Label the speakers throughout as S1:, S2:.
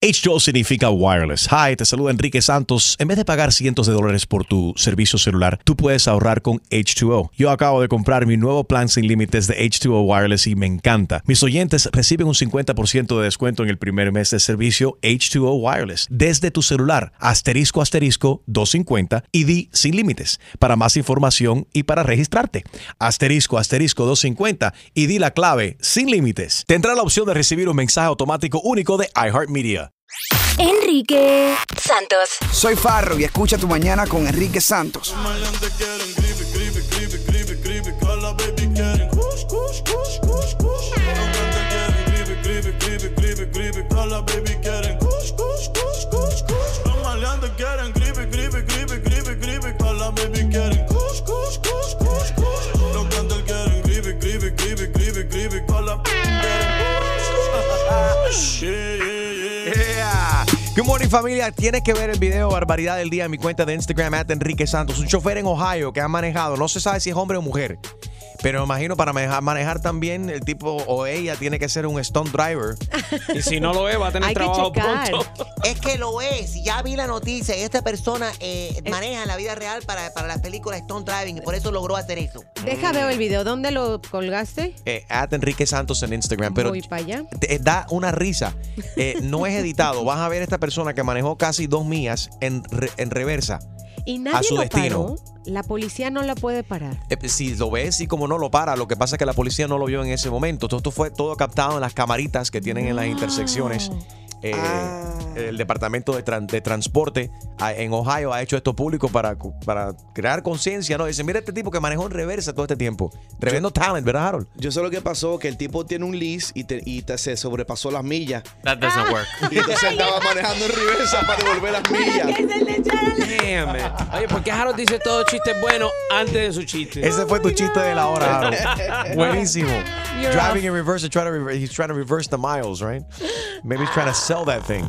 S1: H2O significa wireless. Hi, te saluda Enrique Santos. En vez de pagar cientos de dólares por tu servicio celular, tú puedes ahorrar con H2O. Yo acabo de comprar mi nuevo plan sin límites de H2O Wireless y me encanta. Mis oyentes reciben un 50% de descuento en el primer mes de servicio H2O Wireless desde tu celular, asterisco asterisco 250 y di sin límites. Para más información y para registrarte, asterisco asterisco 250 y di la clave sin límites. Tendrá la opción de recibir un mensaje automático único de iHeartMedia.
S2: Enrique Santos.
S3: Soy Farro y escucha tu mañana con Enrique Santos.
S4: Maleante quieren creepy, creepy, creepy, creepy, creepy. Call la baby quieren kush, kush, kush, kush, kush. Maleante quieren creepy, creepy, creepy, creepy, creepy. Call la baby quieren kush, kush, kush, kush, kush. Los maleantes quieren creepy, creepy, creepy, creepy, creepy. Call la baby quieren kush, kush, kush, kush, kush. Los cantos quieren creepy, creepy, creepy, creepy, creepy. Call la baby quieren kush. Yeah, yeah, yeah.
S1: Yeah. Good morning familia, tienes que ver el video Barbaridad del Día en mi cuenta de Instagram at Enrique Santos, un chofer en Ohio que ha manejado, no se sabe si es hombre o mujer, pero me imagino para maneja- manejar, también el tipo o ella tiene que ser un stunt driver.
S5: Y si no lo ve, va a tener
S6: Hay que
S5: trabajo
S6: checar.
S5: pronto.
S7: Es que lo es, ya vi la noticia, esta persona eh, maneja en la vida real para, para las películas Stone Driving y por eso logró hacer eso.
S6: Deja veo el video. ¿Dónde lo colgaste?
S1: Eh, at Enrique Santos en Instagram, pero
S6: Voy para allá.
S1: te- da una risa, Eh, no es editado, vas a ver esta persona que manejó casi dos millas en, re- en reversa.
S6: Y nadie
S1: su
S6: lo
S1: destino.
S6: paró. La policía no la puede parar.
S1: Eh, Si lo ves y como no lo para, lo que pasa es que la policía no lo vio en ese momento. Todo esto fue todo captado en las camaritas que tienen en las intersecciones. Eh, El Departamento de, Tran- de Transporte ah, en Ohio ha hecho esto público para, cu- para crear conciencia. ¿no? Dicen, mira este tipo que manejó en reversa todo este tiempo. Tremendo talent, ¿verdad, Harold?
S8: Yo sé lo que pasó, que el tipo tiene un lease y, te- y te- se sobrepasó las millas.
S5: That doesn't work.
S8: Y entonces estaba manejando en reversa para devolver las millas.
S5: Damn it. Oye, ¿por qué Harold dice todo chiste bueno antes de su chiste?
S1: Ese fue tu chiste de la hora, Harold. Buenísimo.
S6: You're
S1: Driving in reverse, trying to reverse, he's trying to reverse the miles, right? Maybe he's trying to sell that thing.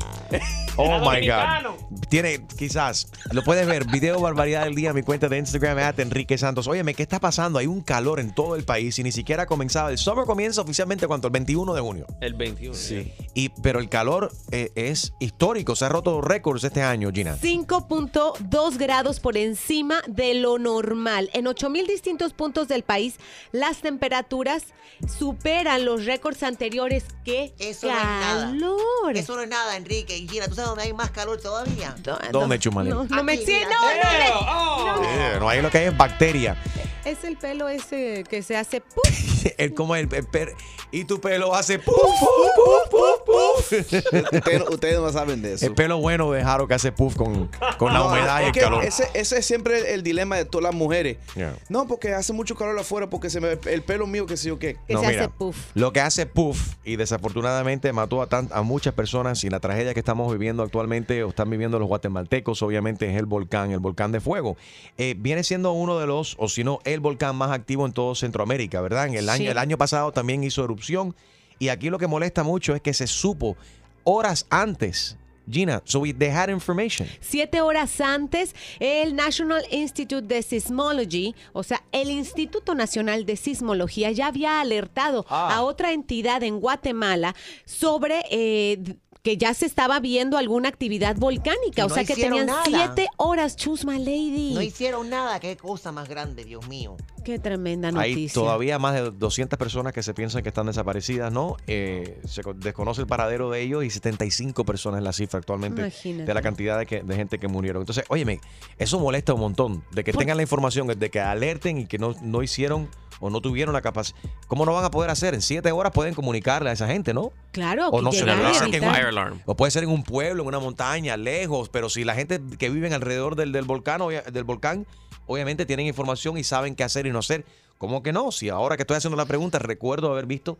S1: Oh my God. Tiene, quizás, lo puedes ver, video barbaridad del día en mi cuenta de Instagram, at Enrique Santos. Óyeme, ¿qué está pasando? Hay un calor en todo el país y ni siquiera comenzaba. El summer comienza oficialmente cuando el 21 de junio.
S5: El 21. Sí.
S1: Y, pero el calor eh, es histórico, se ha roto récords este año, Gina.
S6: 5.2 grados por encima de lo normal. En 8.000 distintos puntos del país, las temperaturas superan los récords anteriores. ¡Qué
S7: Eso no es nada.
S6: calor!
S7: Eso no es nada, Enrique y Gina, ¿tú sabes dónde hay más calor todavía?
S6: No,
S1: ¿Dónde,
S6: no,
S1: Chumale?
S6: No, no me
S7: Aquí,
S6: exi-
S7: mira.
S6: no, no
S7: ¡Oh!
S1: Eh, no hay lo que hay es bacteria.
S6: me- Es el pelo ese que se hace... ¡puf!
S1: El, como el, el per- y tu pelo hace puf, puf, puf, puf, puf.
S8: ustedes, no- ustedes no saben de eso.
S1: El pelo bueno de Jaro que hace puff con, con la
S8: No,
S1: humedad y
S8: es
S1: el
S8: que
S1: calor.
S8: Ah, Ese, ese es siempre el, el dilema de todas las mujeres.
S1: Yeah.
S8: No, porque hace mucho calor afuera, porque se me el pelo mío, que sé yo qué.
S6: Que se hace puff.
S1: Lo que hace puff y desafortunadamente mató a, tan- a muchas personas y la tragedia que estamos viviendo actualmente o están viviendo los guatemaltecos obviamente es el volcán, el volcán de fuego. Eh, viene siendo uno de los, o si no, el volcán más activo en todo Centroamérica, ¿verdad? En el, año,
S6: Sí.
S1: el año pasado también hizo erupción y aquí lo que molesta mucho es que se supo horas antes, Gina, so we, they had information.
S6: Siete horas antes, el National Institute de Seismology, o sea, el Instituto Nacional de Sismología, ya había alertado
S1: Ah.
S6: a otra entidad en Guatemala sobre... eh, d- que ya se estaba viendo alguna actividad volcánica,
S7: Y
S6: o
S7: no
S6: sea que
S7: hicieron
S6: tenían
S7: nada.
S6: siete horas, chusma lady.
S7: No hicieron nada, qué cosa más grande, Dios mío.
S6: Qué tremenda
S1: Hay
S6: noticia.
S1: todavía más de 200 personas que se piensan que están desaparecidas, ¿no? Eh, se co- desconoce el paradero de ellos y 75 personas es la cifra actualmente
S6: Imagínate.
S1: de la cantidad de, que- de gente que murieron. Entonces, óyeme, eso molesta un montón, de que tengan la información, de que alerten y que no, no hicieron o no tuvieron la capacidad. ¿Cómo no van a poder hacer? En siete horas pueden comunicarle a esa gente, ¿no?
S6: Claro,
S1: O no se
S5: Se
S1: Sí,
S5: le
S6: llegar y
S1: alarma.
S5: alarma.
S1: que
S6: evitar.
S5: Fire alarm.
S1: O puede ser en un pueblo, en una montaña, lejos, pero si la gente que vive alrededor del, del, volcán, obvia- del volcán, obviamente tienen información y saben qué hacer y no hacer. ¿Cómo que no? Si ahora que estoy haciendo la pregunta, recuerdo haber visto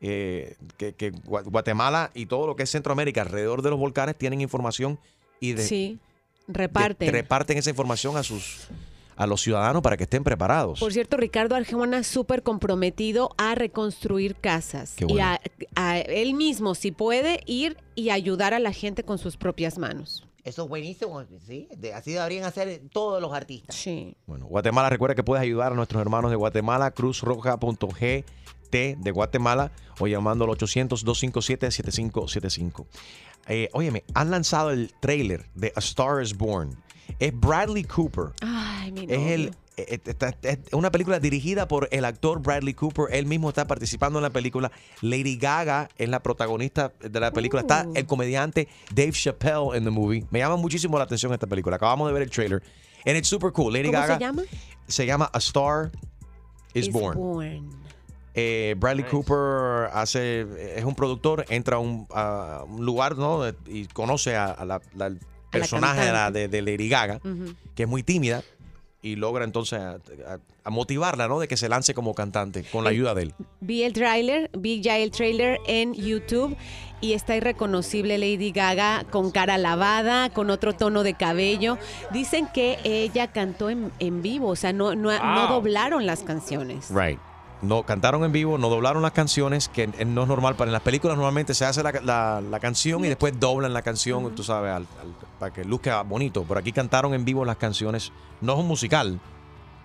S1: eh, que, que Gua- Guatemala y todo lo que es Centroamérica alrededor de los volcanes tienen información y de,
S6: Sí,
S1: de-
S6: reparte.
S1: reparten esa información a sus a los ciudadanos para que estén preparados.
S6: Por cierto, Ricardo Arjona súper comprometido a reconstruir casas.
S1: Qué bueno.
S6: Y a, a él mismo, si puede, ir y ayudar a la gente con sus propias manos.
S7: Eso es buenísimo, ¿sí? De- así deberían hacer todos los artistas.
S6: Sí.
S1: Bueno, Guatemala, recuerda que puedes ayudar a nuestros hermanos de Guatemala, cruzroja.gt de Guatemala o llamando al 800-257-7575. eh, óyeme, han lanzado el tráiler de A Star is Born. Es Bradley Cooper.
S6: Ay, mi
S1: Es el,
S6: novio.
S1: eh, está- es una película dirigida por el actor Bradley Cooper. Él mismo está participando en la película. Lady Gaga es la protagonista de la película. Está
S6: Uh.
S1: el comediante Dave Chappelle en the movie. Me llama muchísimo la atención esta película. Acabamos de ver el trailer. And it's super cool. Lady
S6: ¿Cómo
S1: Gaga
S6: se llama?
S1: se llama A Star Is, Born. Eh, Bradley Cooper hace, eh, es un productor, entra a un, a un lugar ¿no? y conoce a, a la, la- el personaje de, la- de-
S6: cantante.
S1: de Lady Gaga,
S6: Ujú.
S1: que es muy tímida, y logra entonces a, a- a motivarla ¿no? de que se lance como cantante con la ayuda de él.
S6: Vi el trailer, vi ya el trailer en YouTube y está irreconocible Lady Gaga con cara lavada, con otro tono de cabello. Dicen que ella cantó en, en vivo, o sea, no, no, no
S5: Wow.
S6: doblaron las canciones.
S1: Right. No, cantaron en vivo, no doblaron las canciones, que eh, no es normal. Para en las películas normalmente se hace la, la- la canción y después doblan la canción, tú sabes, al- al- para que luzca bonito. Pero aquí cantaron en vivo las canciones. No es un musical,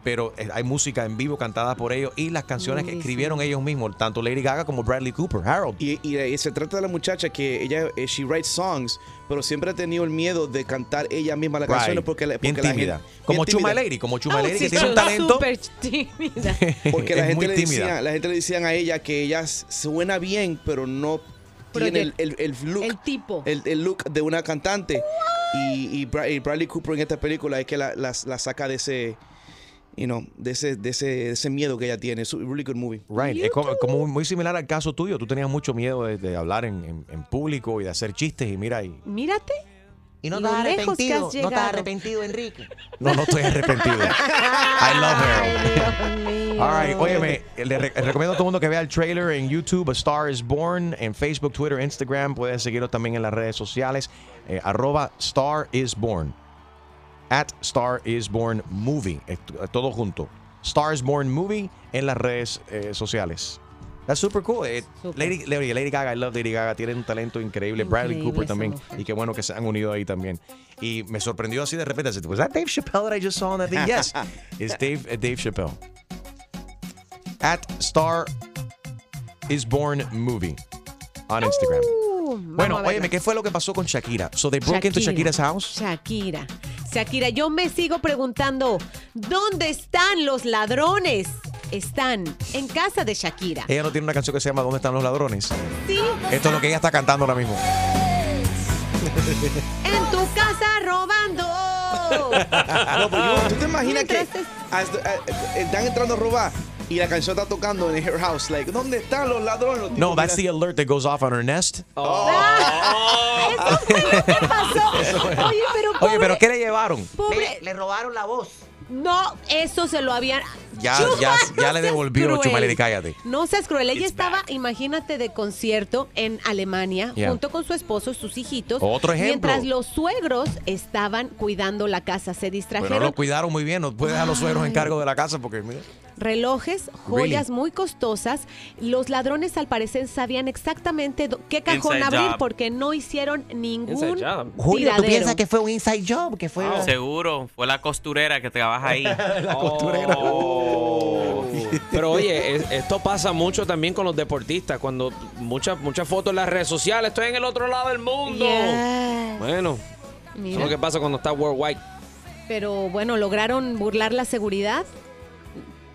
S1: pero eh, hay música en vivo cantada por ellos y las canciones que
S6: Buenísimo.
S1: escribieron ellos mismos, tanto Lady Gaga como Bradley Cooper, Harold.
S8: Y, y, eh, se trata de la muchacha que ella, eh, she writes songs, pero siempre ha tenido el miedo de cantar ella misma las
S1: Right.
S8: canciones porque, la-
S1: bien
S8: porque la gente-
S1: tímida.
S8: bien
S1: como
S8: tímida.
S1: Chuma Lady, como Chuma
S6: Ah,
S1: Lady,
S6: sí,
S1: que tiene un
S6: está
S1: talento.
S6: súper tímida.
S8: Porque la
S1: es muy
S8: gente, le
S1: tímida.
S8: decía, la gente le decían a ella que ella s- suena bien, pero no tiene el, el, el look.
S6: El tipo.
S8: el- el look de una cantante. Y, y Bra- y Bradley Cooper en esta película es que la, la- la saca de ese, you know, de ese, de ese, de ese miedo que ella tiene. Es un really good movie.
S1: Right, es como, como muy- muy similar al caso tuyo. Tú tenías mucho miedo de, de hablar en, en- en público y de hacer chistes y mira, y,
S6: Mírate.
S7: Y no
S6: Lo
S7: estás
S6: lejos que has
S7: arrepentido, no
S6: llegado.
S7: estás arrepentido, Enrique.
S1: No, no estoy arrepentido. I love her.
S6: Dios mío.
S1: All right, óyeme, le re- recomiendo a todo el mundo que vea el trailer en YouTube, A Star is Born, en Facebook, Twitter, Instagram. Puedes seguirlo también en las redes sociales, eh, arroba Star is Born, at Star is Born Movie, eh, t- eh, todo junto. Star is Born Movie en las redes eh, sociales. That's super cool. eh,
S6: Super.
S1: Lady, Lady- Lady Gaga, I love Lady Gaga, tienen un talento increíble. Bradley
S6: Increíble
S1: Cooper
S6: esa
S1: también.
S6: mujer.
S1: Y qué bueno que se han unido ahí también. Y me sorprendió así de repente. así, Was that Dave Chappelle that I just saw on that thing? Yes, it's Dave,
S6: uh,
S1: eh, Dave Chappelle. At Star is Born Movie on Instagram.
S6: Uh, vamos
S1: bueno,
S6: a verla.
S1: óyeme, ¿qué fue lo que pasó con Shakira? So they broke into Shakira's house.
S6: Shakira. Shakira, yo me sigo preguntando, ¿dónde están los ladrones? Están en casa de Shakira.
S1: Ella no tiene una canción que se llama ¿Dónde están los ladrones?
S6: Sí,
S1: Eh, Esto es lo que ella está cantando ahora mismo.
S6: en tu casa robando.
S8: No, pero yo- ¿Tú te imaginas que
S6: Mientras es-
S8: as- eh, están entrando a robar y la canción está tocando en her house? Like, ¿dónde están los ladrones? Los
S1: No,
S8: tipos
S1: that's the
S8: miran- Oh,
S1: alert that goes off on her nest.
S6: Eso fue lo que pasó. Oye, pero pobre,
S1: Oye, ¿pero qué le llevaron?
S7: Le,
S6: pobre-
S7: le robaron la voz.
S6: No, eso se lo habían...
S1: Ya-
S6: Chuma,
S1: ya-
S6: no
S1: ya le
S6: seas
S1: devolvió,
S6: cruel.
S1: Chuma Lady, cállate.
S6: No seas cruel. Ella
S1: It's
S6: estaba,
S1: back.
S6: imagínate, de concierto en Alemania
S1: Yeah.
S6: junto con su esposo, sus hijitos.
S1: Otro ejemplo.
S6: Mientras los suegros estaban cuidando la casa. Se
S1: Pero
S6: distrajeron.
S1: no lo cuidaron muy bien. No puedes dejar a los suegros en cargo de la casa porque, mira.
S6: relojes, joyas
S1: Really?
S6: muy costosas. Los ladrones al parecer sabían exactamente do- qué cajón
S9: Inside
S6: abrir
S9: job.
S6: porque no hicieron ningún
S5: Inside job.
S7: Julio, ¿tú
S6: tiradero.
S7: piensas que fue un inside job? Que fue
S9: Seguro, fue la costurera que trabaja ahí.
S5: Oh. Pero oye, es- esto pasa mucho también con los deportistas. Cuando muchas muchas fotos en las redes sociales, estoy en el otro lado del mundo.
S6: Yeah.
S5: Bueno, eso es
S6: Mira,
S5: lo que pasa cuando está worldwide.
S6: Pero bueno, lograron burlar la seguridad.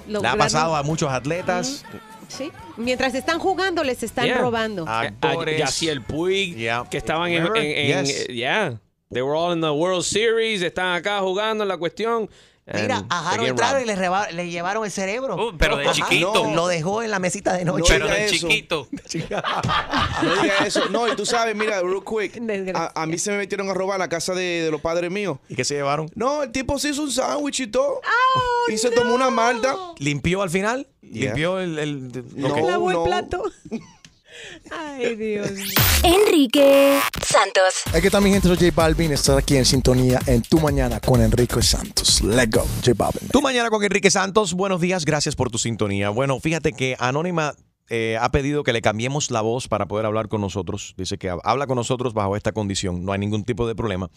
S1: Le ha
S6: Lograron-
S1: pasado a muchos atletas.
S6: Sí. Mientras están jugando, les están
S5: Yeah.
S6: robando.
S1: Ah, Actores.
S5: Y así el Puig,
S1: Yeah.
S5: que estaban en.
S1: Remember?
S5: en- en-
S1: Yes.
S5: yeah. They were all in the World Series, están acá jugando en la cuestión. and
S7: Mira,
S5: they
S7: a Harold
S5: get
S7: entraron y
S5: robbed.
S7: le, reba- le llevaron el cerebro.
S9: Uh, pero de
S7: Ajá.
S9: chiquito.
S7: No, lo dejó en la mesita de
S8: No,
S7: noche.
S9: Pero
S8: diga
S9: de
S8: eso.
S9: chiquito.
S8: No diga eso. No, y tú sabes, mira, real quick.
S6: Desgracia.
S8: A, a mí se me metieron a robar en la casa de, de los padres míos.
S1: ¿Y qué se llevaron?
S8: No, el tipo se hizo un sándwich y todo. y se tomó una malta.
S1: ¿Limpió al final?
S8: Yeah.
S1: ¿Limpió el...? el-
S8: No.
S1: Ok.
S6: Lavó
S8: no.
S6: el plato. Ay, Dios.
S2: Enrique Santos.
S10: Hey, ¿Qué tal mi gente? Soy J Balvin, estar aquí en sintonía en Tu Mañana con Enrique Santos. Let's go, J Balvin.
S1: Tú mañana con Enrique Santos. Buenos días, gracias por tu sintonía. Bueno, fíjate que Anónima eh, ha pedido que le cambiemos la voz para poder hablar con nosotros. Dice que hab- habla con nosotros bajo esta condición, no hay ningún tipo de problema.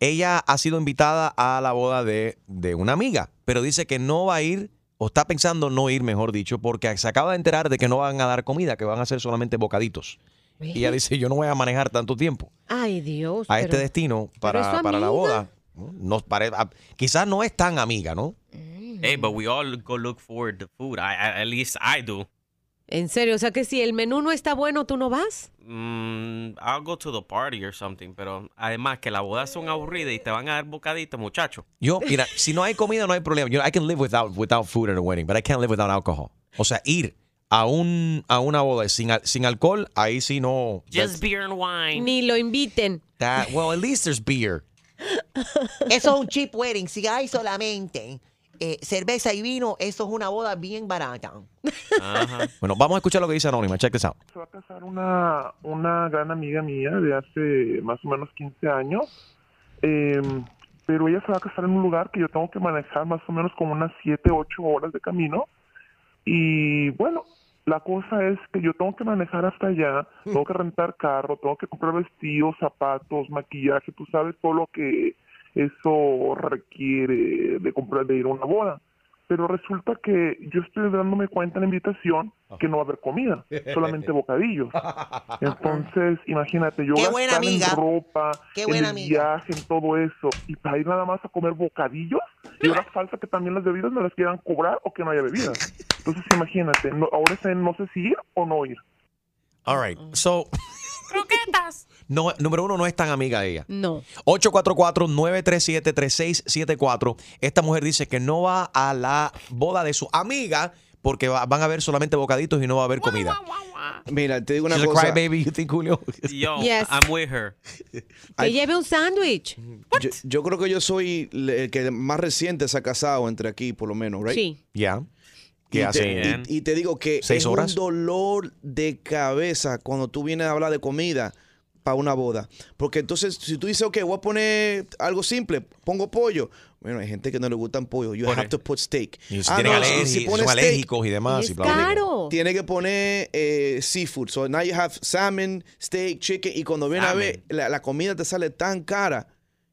S1: Ella ha sido invitada a la boda de, de una amiga, pero dice que no va a ir, o está pensando no ir, mejor dicho, porque se acaba de enterar de que no van a dar comida, que van a hacer solamente bocaditos. Y ella dice, yo no voy a manejar tanto tiempo
S6: Ay, Dios.
S1: a este
S6: pues, pero-
S1: destino
S6: pero
S1: para,
S6: es
S1: para la
S6: amiga.
S1: boda. ¿no? Nos pare- ah, quizás no es tan amiga, ¿no?
S5: Hey, but we all go look forward to food. I, I- at least I do.
S6: En serio, o sea que si el menú no está bueno, tú no vas.
S5: Mm, I'll go to the party or something, pero además que las bodas son aburridas y te van a dar bocaditos, muchacho.
S1: Yo, mira, si no hay comida no hay problema. Yo, I can live without, without food at a wedding, but I can't live without alcohol. O sea, ir a, un, a una boda sin, al- sin alcohol, ahí sí no...
S5: Just beer and wine.
S6: Ni lo inviten.
S1: that- well, at least there's beer.
S7: Eso es un cheap wedding. Si hay solamente eh, cerveza y vino, eso es una boda bien barata.
S1: Bueno, vamos a escuchar lo que dice Anónima. Check this out.
S11: Se va a casar una, una gran amiga mía de hace más o menos 15 años, eh, pero ella se va a casar en un lugar que yo tengo que manejar más o menos como unas 7, 8 horas de camino. Y bueno, la cosa es que yo tengo que manejar hasta allá, tengo que rentar carro, tengo que comprar vestidos, zapatos, maquillaje, tú sabes todo lo que eso requiere de comprar, de ir a una boda. Pero resulta que yo estoy dándome cuenta en la invitación que no va a haber comida, solamente bocadillos. este Entonces, imagínate, yo
S7: Qué buena
S11: gastar
S7: amiga.
S11: en ropa,
S7: Qué
S11: en el
S7: buena amiga.
S11: viaje, en todo eso, y para ir nada más a comer bocadillos, y ahora falta que también las bebidas me las quieran cobrar o que no haya bebidas. Entonces, imagínate, no- ahora está en no sé si ir o no ir.
S1: All right, so...
S12: ¡Croquetas!
S1: No, número uno, no es tan amiga de ella.
S6: No.
S1: 844-937-3674. Esta mujer dice que no va a la boda de su amiga porque va- van a haber solamente bocaditos y no va a haber comida.
S8: Mira, te digo una
S1: She's a
S8: cosa.
S1: crybaby, you think, Julio?
S5: Yo,
S6: Yes.
S5: I'm with her.
S6: Que lleve un sándwich.
S8: Yo, yo creo que yo soy le- el que más reciente se ha casado entre aquí, por lo menos, ¿right?
S6: Sí.
S1: Ya.
S8: Y
S1: ¿Qué
S8: te,
S1: hace?
S8: y, y te digo que
S1: ¿Seis
S8: es
S1: horas?
S8: un dolor de cabeza cuando tú vienes a hablar de comida para una boda. Porque entonces, si tú dices, ok, voy a poner algo simple, pongo pollo. Bueno, hay gente que no le gustan pollo. You
S1: Pone-
S8: have to put steak.
S1: Y si
S8: Ah,
S1: tienen
S8: no, si-
S1: alergi-
S8: si
S1: son
S8: pones steak,
S1: alérgicos y demás.
S6: Y
S1: y
S6: es
S1: bla, bla, bla.
S6: caro.
S8: Tiene que poner eh, seafood. So now you have salmon, steak, chicken. Y cuando viene a ver, la, la comida te sale tan cara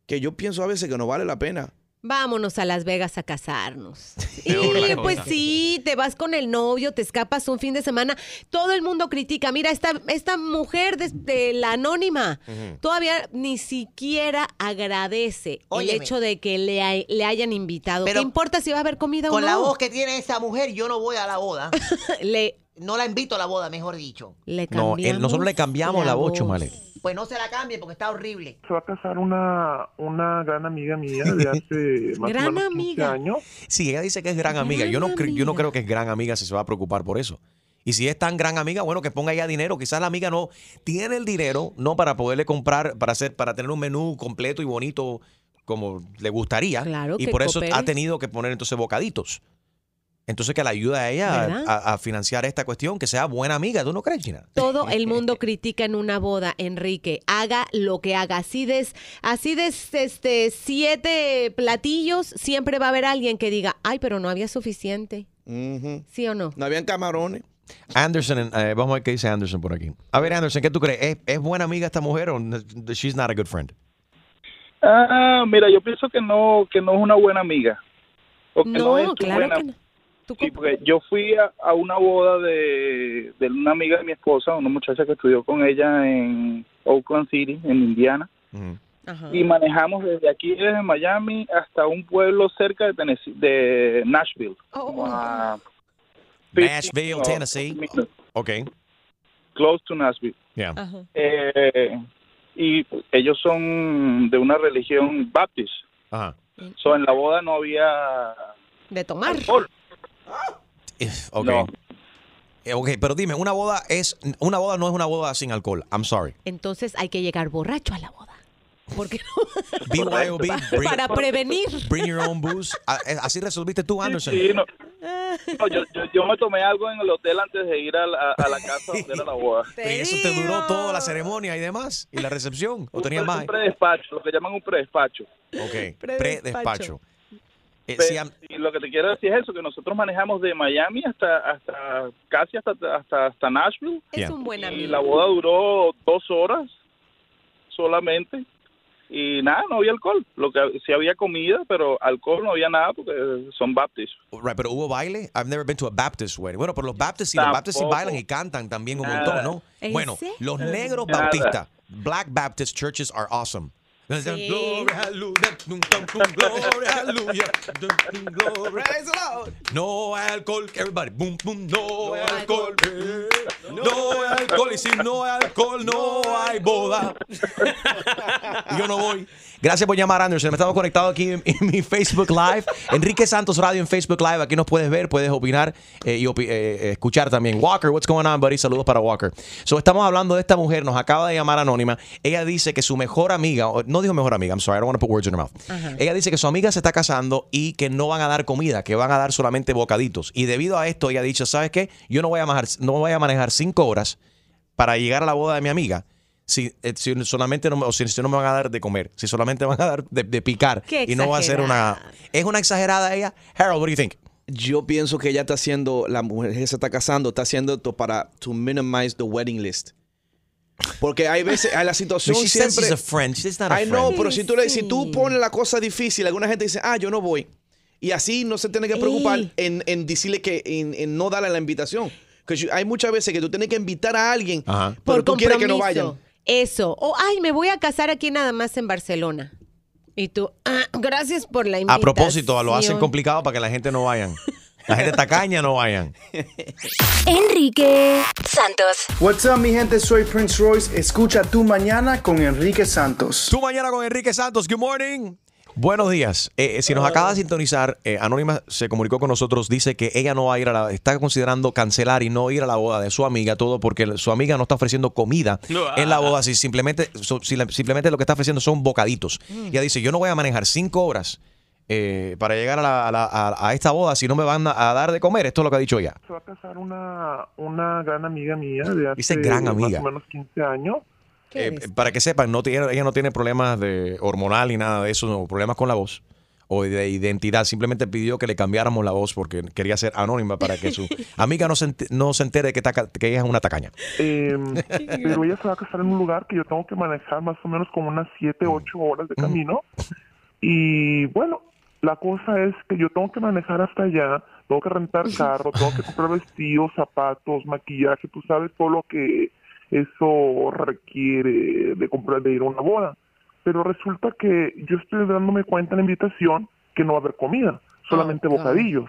S8: que yo pienso a veces que no vale la pena.
S6: Vámonos a Las Vegas a casarnos. Y
S8: Peor la
S6: pues
S8: cosa.
S6: sí, te vas con el novio, te escapas un fin de semana. Todo el mundo critica. Mira, esta, esta mujer de, de la anónima
S13: Ujú.
S6: todavía ni siquiera agradece el
S7: Óyeme.
S6: hecho de que le, hay- le hayan invitado.
S7: Pero
S6: ¿Qué importa si va a haber comida o
S7: Con
S6: no?
S7: la voz que tiene esa mujer, yo no voy a la boda.
S6: le,
S7: No la invito a la boda, mejor dicho.
S6: le
S1: No, él- nosotros le cambiamos la voz, Chumale.
S7: Pues no se la cambie porque está horrible.
S11: Se va a casar una, una gran amiga mía de hace más o
S7: Gran
S11: menos 15
S7: amiga.
S11: años.
S1: Sí, ella dice que es gran amiga. Yo no, cre- yo no creo que es gran amiga si se va a preocupar por eso. Y si es tan gran amiga, bueno, que ponga ella dinero. Quizás la amiga no tiene el dinero, no para poderle comprar, para hacer, para tener un menú completo y bonito como le gustaría.
S6: Claro,
S1: y
S6: que
S1: por eso
S6: coopere.
S1: ha tenido que poner entonces bocaditos. Entonces que la ayuda a ella
S6: ¿Verdad?
S1: a, a financiar esta cuestión, que sea buena amiga. ¿Tú no crees, Gina?
S6: Todo el mundo critica en una boda, Enrique. Haga lo que haga. Así des, así des, este, siete platillos, siempre va a haber alguien que diga, ay, pero no había suficiente.
S8: Ujú.
S6: ¿Sí o no?
S8: No habían camarones.
S1: Anderson, eh, vamos a ver qué dice Anderson por aquí. A ver, Anderson, ¿qué tú crees? ¿Es, es buena amiga esta mujer o n- she's not a good friend?
S14: Ah, mira, yo pienso que no, que no es una buena amiga. O que no,
S6: No,
S14: es tu
S6: claro
S14: buena-
S6: que no.
S14: Sí, porque yo fui a, a una boda de, de una amiga de mi esposa, una muchacha que estudió con ella en Oakland City, en Indiana, y manejamos desde aquí, desde Miami, hasta un pueblo cerca de, Tennessee- de Nashville.
S6: Oh,
S14: Ah. como a 50
S1: Nashville,
S14: o-
S1: Tennessee. Ok.
S14: Close to Nashville.
S1: Yeah.
S6: Ah.
S14: Eh, y ellos son de una religión baptist.
S1: Ajá.
S14: So, en la boda no había
S6: De tomar.
S1: Ok. Eh, Ok, pero dime, una boda es una boda no es una boda sin alcohol. I'm sorry.
S6: Entonces hay que llegar borracho a la boda. Porque
S1: BYOB. Bring,
S6: para prevenir.
S1: bring your own booze. A- eh, Así resolviste tú, Anderson.
S14: Sí, no. No, yo, yo- yo me tomé algo en el hotel antes de ir a la, a la casa donde era la boda.
S1: Y eso te duró toda la ceremonia y demás y la recepción. ¿O tenías
S14: Un
S1: más?
S14: predespacho, lo que llaman un predespacho.
S1: Ok. Predespacho. Eh,
S14: Pe-
S1: si am-
S14: y lo que te quiero decir es eso, que nosotros manejamos de Miami hasta hasta casi hasta hasta, hasta Nashville.
S15: Eh,
S1: Es Yeah. un
S6: buen
S14: Y
S6: amigo.
S14: la boda duró dos horas solamente.
S15: y nada, no había alcohol. Lo que sí había comida, pero alcohol no había nada porque son baptistas.
S1: Right, pero hubo baile. I've never been to a Baptist wedding. Bueno, pero los Baptists sí, los
S15: Tampoco.
S1: Baptists sí bailan y cantan también un
S15: Nada.
S1: montón, ¿no?
S15: ¿En
S1: Bueno,
S15: serio?
S1: los negros
S15: Nada.
S1: baptistas, Black Baptist churches are awesome.
S4: Gloria,
S1: aleluya, dum, dum, dum, gloria, aleluya, dum, dum, gloria. No alcohol, everybody, boom, boom, no alcohol, eh. no alcohol, y si no hay alcohol no hay boda. Yo no voy. Gracias por llamar, Anderson. Estamos conectados aquí en, en mi Facebook Live. Enrique Santos Radio en Facebook Live. Aquí nos puedes ver, puedes opinar eh, y opi- eh, eh, escuchar también. Walker, what's going on, buddy? Saludos para Walker. So, estamos hablando de esta mujer. Nos acaba de llamar anónima. Ella dice que su mejor amiga, o- no dijo mejor amiga, I'm sorry, I don't want to put words in her mouth.
S12: Ajá.
S1: Ella dice que su amiga se está casando y que no van a dar comida, que van a dar solamente bocaditos. Y debido a esto, ella ha dicho, ¿sabes qué? Yo no voy a manejar, no voy a manejar cinco horas para llegar a la boda de mi amiga si, eh, si solamente no, me- o si, si no me van a dar de comer, si solamente van a dar de, de picar
S6: Qué
S1: y no va a ser una... ¿Es una exagerada ella? Harold, what do you think?
S8: Yo pienso que ella está haciendo, la mujer que se está casando, está haciendo esto para to minimize the wedding list. Porque hay veces, hay la situación
S1: She says
S8: siempre...
S1: she's a friend. She's not a
S8: Ay, no,
S1: friend.
S8: pero si tú, le, si tú pones la cosa difícil, alguna gente dice, ah, yo no voy. Y así no se tiene que preocupar
S1: Ey.
S8: en, en decirle que, en, en no darle la invitación. Que yo- hay muchas veces que tú tienes que invitar a alguien, pero
S6: Por
S8: tú quieres
S6: compromiso.
S8: que no vayan.
S6: Eso. O, ay, me voy a casar aquí nada más en Barcelona. Y tú, ah, gracias por la
S1: A
S6: invitación.
S1: propósito, lo hacen complicado para que la gente no vayan. La gente tacaña no vayan.
S2: Enrique Santos.
S16: What's up, mi gente? Soy Prince Royce. Escucha tu mañana con Enrique Santos.
S1: Tu mañana con Enrique Santos. Good morning. Buenos días. Eh, eh, si nos acaba de sintonizar, eh, Anónima se comunicó con nosotros, dice que ella no va a ir a la... Está considerando cancelar y no ir a la boda de su amiga, todo porque su amiga no está ofreciendo comida en la boda, si simplemente, so- si la- simplemente lo que está ofreciendo son bocaditos.
S12: Mm.
S1: Ella dice, yo no voy a manejar cinco horas eh, para llegar a, la- a la- a- a esta boda si no me van a, a dar de comer. Esto es lo que ha dicho ella.
S11: Se va a casar una, una gran amiga mía de hace
S1: Dice gran amiga.
S11: más o menos 15 años.
S1: Eh, para que sepan, no tiene, ella no tiene problemas de hormonal ni nada de eso, no, problemas con la voz o de identidad. Simplemente pidió que le cambiáramos la voz porque quería ser anónima para que su amiga no se, ent- no se entere que, taca- que ella es una tacaña.
S11: Em, pero ella se va a casar en un lugar que yo tengo que manejar más o menos como unas 7, 8 horas de camino. Y bueno, la cosa es que yo tengo que manejar hasta allá, tengo que rentar carro, tengo que comprar vestidos, zapatos, maquillaje, tú sabes todo lo que eso requiere de comprar, de ir a una boda. Pero resulta que yo estoy dándome cuenta en la invitación que no va a haber comida, solamente bocadillos.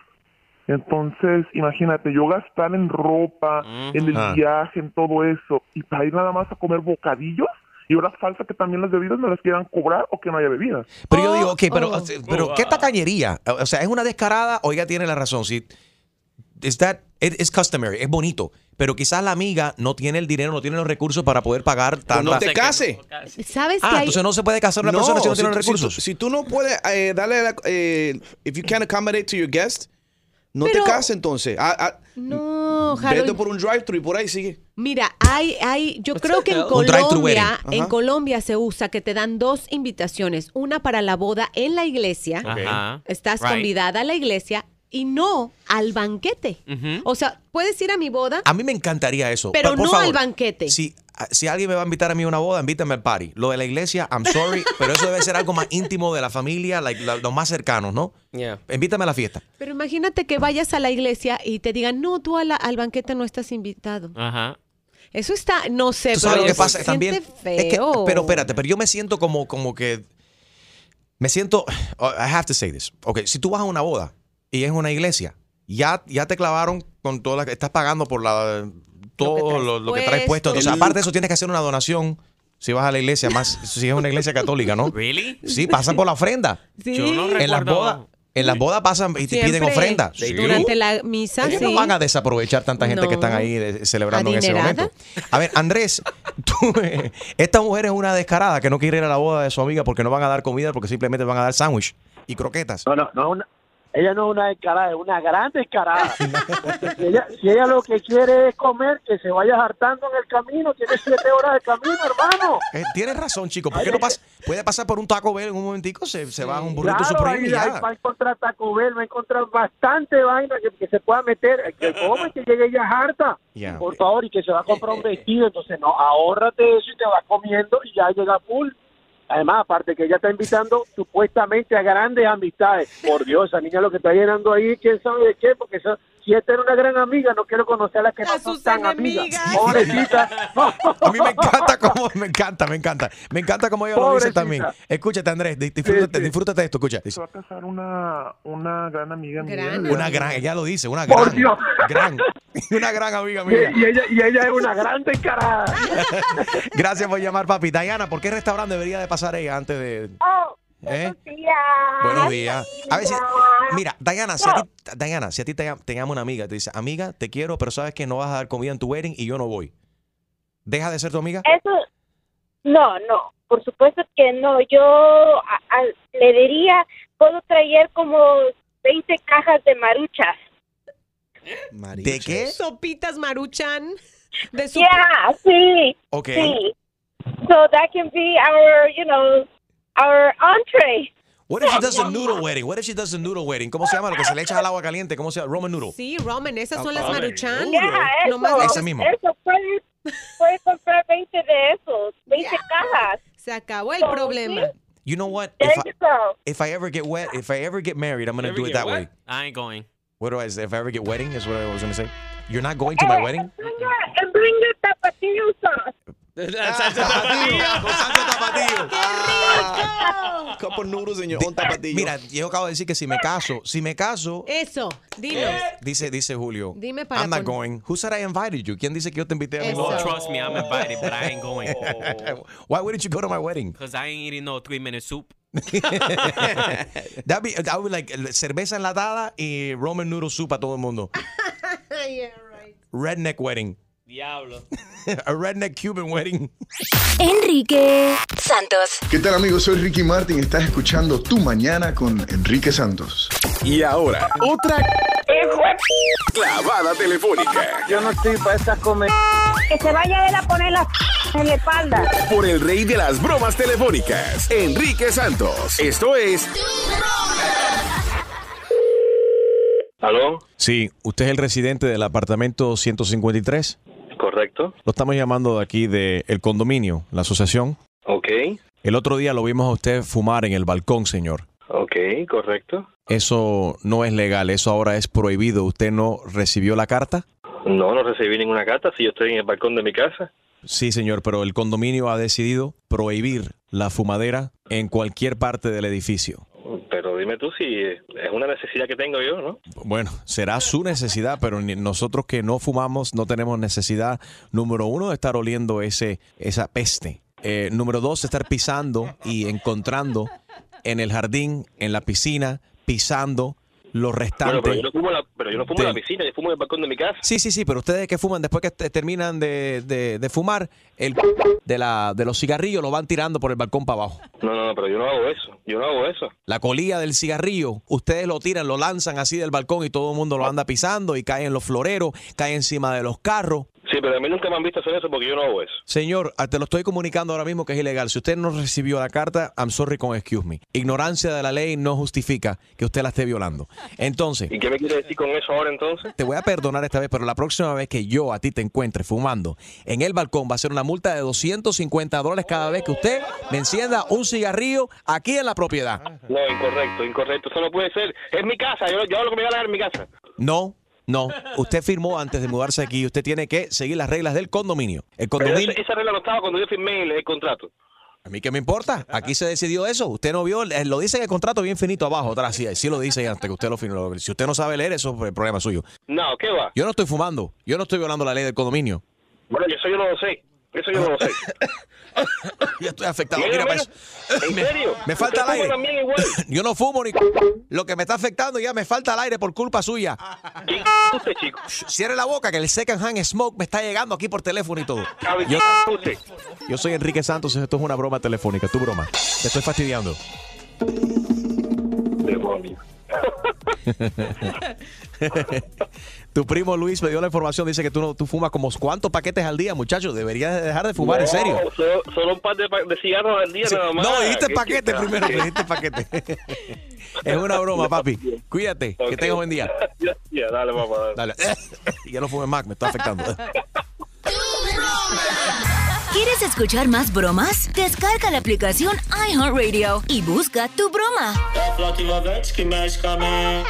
S11: Entonces, imagínate, yo gastar en ropa, en el
S4: Ah.
S11: viaje, en todo eso, y para ir nada más a comer bocadillos, y ahora falta que también las bebidas me las quieran cobrar o que no haya bebidas.
S1: Pero yo digo, ok, pero,
S6: Oh,
S1: este,
S11: Oh,
S1: pero ¿qué tacañería? O o sea, ¿es una descarada o ella tiene la razón? Si, is that, it- it's customary, es bonito. Pero quizás la amiga no tiene el dinero, no tiene los recursos para poder pagar
S8: Pues
S1: tanta...
S8: no te cases.
S6: ¿Sabes
S1: Ah,
S6: que hay-
S1: entonces no se puede casar una persona si no tiene
S8: tú-
S1: los
S8: Si,
S1: recursos.
S8: tú no puedes eh, darle, la, eh, if you can't accommodate to your guest, no
S6: Pero-
S8: te cases entonces. Ah, ah,
S6: No,
S8: Vete
S1: pues.
S6: Harold.
S8: por un drive-thru y por ahí sigue.
S6: Mira, hay, hay, yo creo que en
S8: hell? Un drive-thru
S6: Colombia,
S8: wedding.
S6: en
S8: Ajá.
S6: Colombia se usa que te dan dos invitaciones, una para la boda en la iglesia,
S4: Ajá.
S6: estás
S4: Right.
S6: convidada a la iglesia y no al banquete. O sea, puedes ir a mi boda,
S1: A mí me encantaría eso. Ah,
S6: pero
S1: Por- por
S6: no al
S1: favor,
S6: banquete.
S1: Si, ah, si alguien me va a invitar a mí a una boda, invítame al party. Lo de la iglesia, I'm sorry, pero eso debe ser algo más íntimo de la familia, like, la- los más cercanos, ¿no? Invítame a la fiesta.
S6: Pero imagínate que vayas a la iglesia y te digan, no, tú a la- al banquete no estás invitado.
S1: Ajá.
S6: Eso está, no sé,
S1: ¿Tú sabes
S6: pero
S1: lo que
S6: se
S1: pasa
S6: siente
S1: también? Es que-
S6: feo.
S1: pero espérate, pero yo me siento como, como que. Me siento. I have to say this. Ok, si tú vas a una boda y es una iglesia, ya, ya te clavaron con todas las que estás pagando por la, todo lo, lo que traes puesto.
S12: puesto.
S1: Entonces, aparte de eso, tienes que hacer una donación. Si vas a la iglesia, más si es una iglesia católica, ¿no? ¿Really? Sí, pasan por la ofrenda.
S6: Sí. Yo no
S1: en las
S6: recuerdo.
S1: bodas, en las bodas pasan y te piden
S6: Siempre,
S1: ofrenda. Sí.
S6: Durante la misa,
S1: Ellos
S6: sí.
S1: no van a desaprovechar tanta gente
S6: No.
S1: que están ahí de- celebrando en ese
S6: Adinerada.
S1: momento. A ver, Andrés, tú, eh, esta mujer es una descarada que no quiere ir a la boda de su amiga porque no van a dar comida, porque simplemente van a dar sándwich y croquetas.
S17: No, no, no. Una, ella no es una descarada, es una gran descarada. Porque si, ella, si ella lo que quiere es comer, que se vaya hartando en el camino. Tiene siete horas de camino, hermano.
S1: Eh, tienes razón, chico. ¿Por qué no pasa? Puede pasar por un Taco Bell en un momentico, se, se va a un burrito
S17: Claro,
S1: supremo
S17: ahí,
S1: y
S17: ahí
S1: ya.
S17: va a encontrar Taco Bell, va a encontrar bastante vaina que, que se pueda meter. Eh, Que come, que llegue ya harta.
S1: Ya.
S17: Por favor, y que se va a comprar un vestido. Entonces, no, ahórrate eso y te vas comiendo y ya llega full. Además, aparte que ella está invitando supuestamente a grandes amistades. Por Dios, esa niña lo que está llenando ahí, quién sabe de qué, porque esa- si esta era una gran amiga, no quiero conocer a las que no son tan amigas. Pobrecita.
S1: A mí me encanta cómo, me encanta, me encanta. Me encanta cómo ella lo dice
S11: Pobrecita.
S1: también. Escúchate, Andrés, di- disfrútate, disfrútate de esto, escucha. Dice,
S11: Se va a casar una, una gran amiga mía.
S1: una gran, ella lo dice, una gran.
S11: Por Dios.
S1: Gran. Una gran amiga mía.
S11: Y- y ella-
S17: y ella es una gran descarada.
S1: Gracias por llamar, papi. Diana, ¿por qué restaurante debería de pasar ella antes de...?
S12: Oh,
S1: ¿Eh?
S12: días.
S1: Buenos días. A veces, mira, Diana, si a ti, Diana, si a ti te, llam- te llama una amiga, te dice, amiga, te quiero, pero sabes que no vas a dar comida en tu wedding y yo no voy. ¿Deja de ser tu amiga?
S12: Eso, no, no, por supuesto que no. Yo a- a- le diría, puedo traer como 20 cajas de maruchas.
S1: ¿De qué?
S6: Sopitas maruchan. De su...
S12: Yeah, sí.
S1: Okay.
S12: Sí. So that can be our, you know, our entree.
S1: What if she does a noodle wedding? What if she does a noodle wedding? ¿Cómo se llama lo que se le echa al agua caliente? ¿Cómo se llama? Roman noodle.
S6: Sí, ramen, esas son
S1: Ah,
S6: las
S1: ramen.
S6: maruchan.
S1: Yeah, eso.
S6: Nomás
S1: Ese mismo.
S12: Eso, puedes, puedes comprar 20 de esos, 20 cajas.
S6: Se acabó el
S12: So,
S6: problema.
S1: You know what?
S12: There
S1: If I,
S12: you go.
S1: if I ever get wet, if I ever get married, I'm gonna do it that way.
S9: I ain't going.
S1: What do I say? If I ever get wedding, is what I was gonna say. You're not going to my wedding?
S12: Bring your- And bring your tapatio sauce.
S8: Couple noodles in your own
S1: Di- Mira, yo acabo de decir que si me caso, si me caso, eh,
S6: Eso, dilo.
S1: dice, dice Julio.
S6: Eh, Dime para
S1: I'm not
S6: pon-
S1: going. Who said I invited you? ¿Quién dice que yo te invité a mi
S9: Well,
S1: boda?
S9: trust me, I'm invited, but I ain't going.
S1: Why wouldn't you go to my wedding?
S9: Because I ain't eating no three minute soup.
S1: That'd be, that would like eh, cerveza enlatada y Roman noodle soup a todo el mundo. Redneck wedding.
S9: Diablo.
S1: A redneck Cuban wedding.
S2: Enrique Santos.
S18: ¿Qué tal amigos? Soy Ricky Martin, estás escuchando Tu Mañana con Enrique Santos.
S19: Y ahora, otra clavada telefónica
S17: Yo no estoy para estas comer.
S12: Que se vaya él a poner la en la espalda.
S19: por el rey de las bromas telefónicas, Enrique Santos. Esto es...
S20: ¿Aló?
S1: Sí, usted es el residente del apartamento 153.
S20: Correcto.
S1: Lo estamos llamando de aquí del condominio, la asociación.
S20: Ok,
S1: El otro día lo vimos a usted fumar en el balcón, señor.
S20: ok, correcto.
S1: Eso no es legal, eso ahora es prohibido. ¿Usted no recibió la carta?
S20: No, no recibí ninguna carta si yo estoy en el balcón de mi casa.
S1: Sí, señor, pero el condominio ha decidido prohibir la fumadera en cualquier parte del edificio.
S20: Pero dime tú si eh, es una necesidad que tengo yo, ¿no?
S1: Bueno, será su necesidad, pero ni- nosotros que no fumamos no tenemos necesidad, número uno, de estar oliendo ese, esa peste. Eh, número dos, de estar pisando y encontrando en el jardín, en la piscina, pisando los
S20: Bueno,
S1: restantes.
S20: pero yo no fumo, en la, pero yo no fumo en la
S1: Del-
S20: piscina, yo fumo en el balcón de mi casa.
S1: Sí, sí, sí, pero ustedes que fuman después que te- terminan de, de- de fumar, el de, la, de los cigarrillos lo van tirando por el balcón para abajo.
S20: No, no, no, pero yo no hago eso. Yo no hago eso.
S1: La colilla del cigarrillo, ustedes lo tiran, lo lanzan así del balcón y todo el mundo lo anda pisando y caen los floreros, cae encima de los carros.
S20: Sí, pero a mí nunca me han visto hacer eso porque yo no hago eso.
S1: Señor, ah, te lo estoy comunicando ahora mismo que es ilegal. Si usted no recibió la carta, I'm sorry con excuse me. Ignorancia de la ley no justifica que usted la esté violando. Entonces,
S20: ¿Y qué me quiere decir con eso ahora entonces?
S1: te voy a perdonar esta vez, pero la próxima vez que yo a ti te encuentre fumando en el balcón va a ser una multa de 250 dólares cada vez que usted me encienda un cigarrillo aquí en la propiedad.
S20: No, incorrecto, incorrecto. Eso no puede ser. Es mi casa. Yo, yo hago lo que me da la gana en mi casa.
S1: No, no. Usted firmó antes de mudarse aquí. Usted tiene que seguir las reglas del condominio. El
S20: Pero
S1: condominio.
S20: esa, esa regla no estaba cuando yo firmé el, el contrato.
S1: A mí qué me importa. Aquí se decidió eso. Usted no vio. eh, Lo dice en el contrato bien finito abajo. Atrás sí, sí lo dice ahí antes que usted lo firmó. Si usted no sabe leer, eso es problema suyo.
S20: No, ¿qué va?
S1: Yo no estoy fumando. Yo no estoy violando la ley del condominio.
S20: Bueno, yo eso yo no lo sé. Eso yo no lo sé.
S1: ya estoy afectado.
S20: Mira,
S1: Mira, pa'
S20: mira.
S1: eso.
S20: ¿En
S1: Me-
S20: serio?
S1: Me falta el
S20: Usted
S1: aire.
S20: fuma también igual.
S1: Yo no fumo ni. Lo que me está afectando ya me falta el aire por culpa suya.
S20: ¿Qué usted, chico?
S1: Cierre la boca que el second hand smoke me está llegando aquí por teléfono y todo.
S20: ¿Sabe
S1: Yo,
S20: qué usted?
S1: yo soy Enrique Santos. Esto es una broma telefónica. Tu broma. Te estoy fastidiando.
S20: Demonio.
S1: tu primo Luis me dio la información. Dice que tú, no, tú fumas como cuántos paquetes al día, muchachos. Deberías de dejar de fumar, en serio.
S20: No, Solo, solo un par de, pa- de cigarros al día
S1: Sí.
S20: nada más.
S1: No, dijiste
S20: ¿Qué
S1: paquete
S20: chica?
S1: primero, dijiste paquete. es una broma, papi. Cuídate, que tengas buen día.
S20: Ya, dale, papá. Dale.
S1: Dale. ya no fumes más, me está afectando.
S21: ¿Quieres escuchar más bromas? Descarga la aplicación iHeartRadio y busca tu broma.
S22: É flota envolvente que mexe com a mente.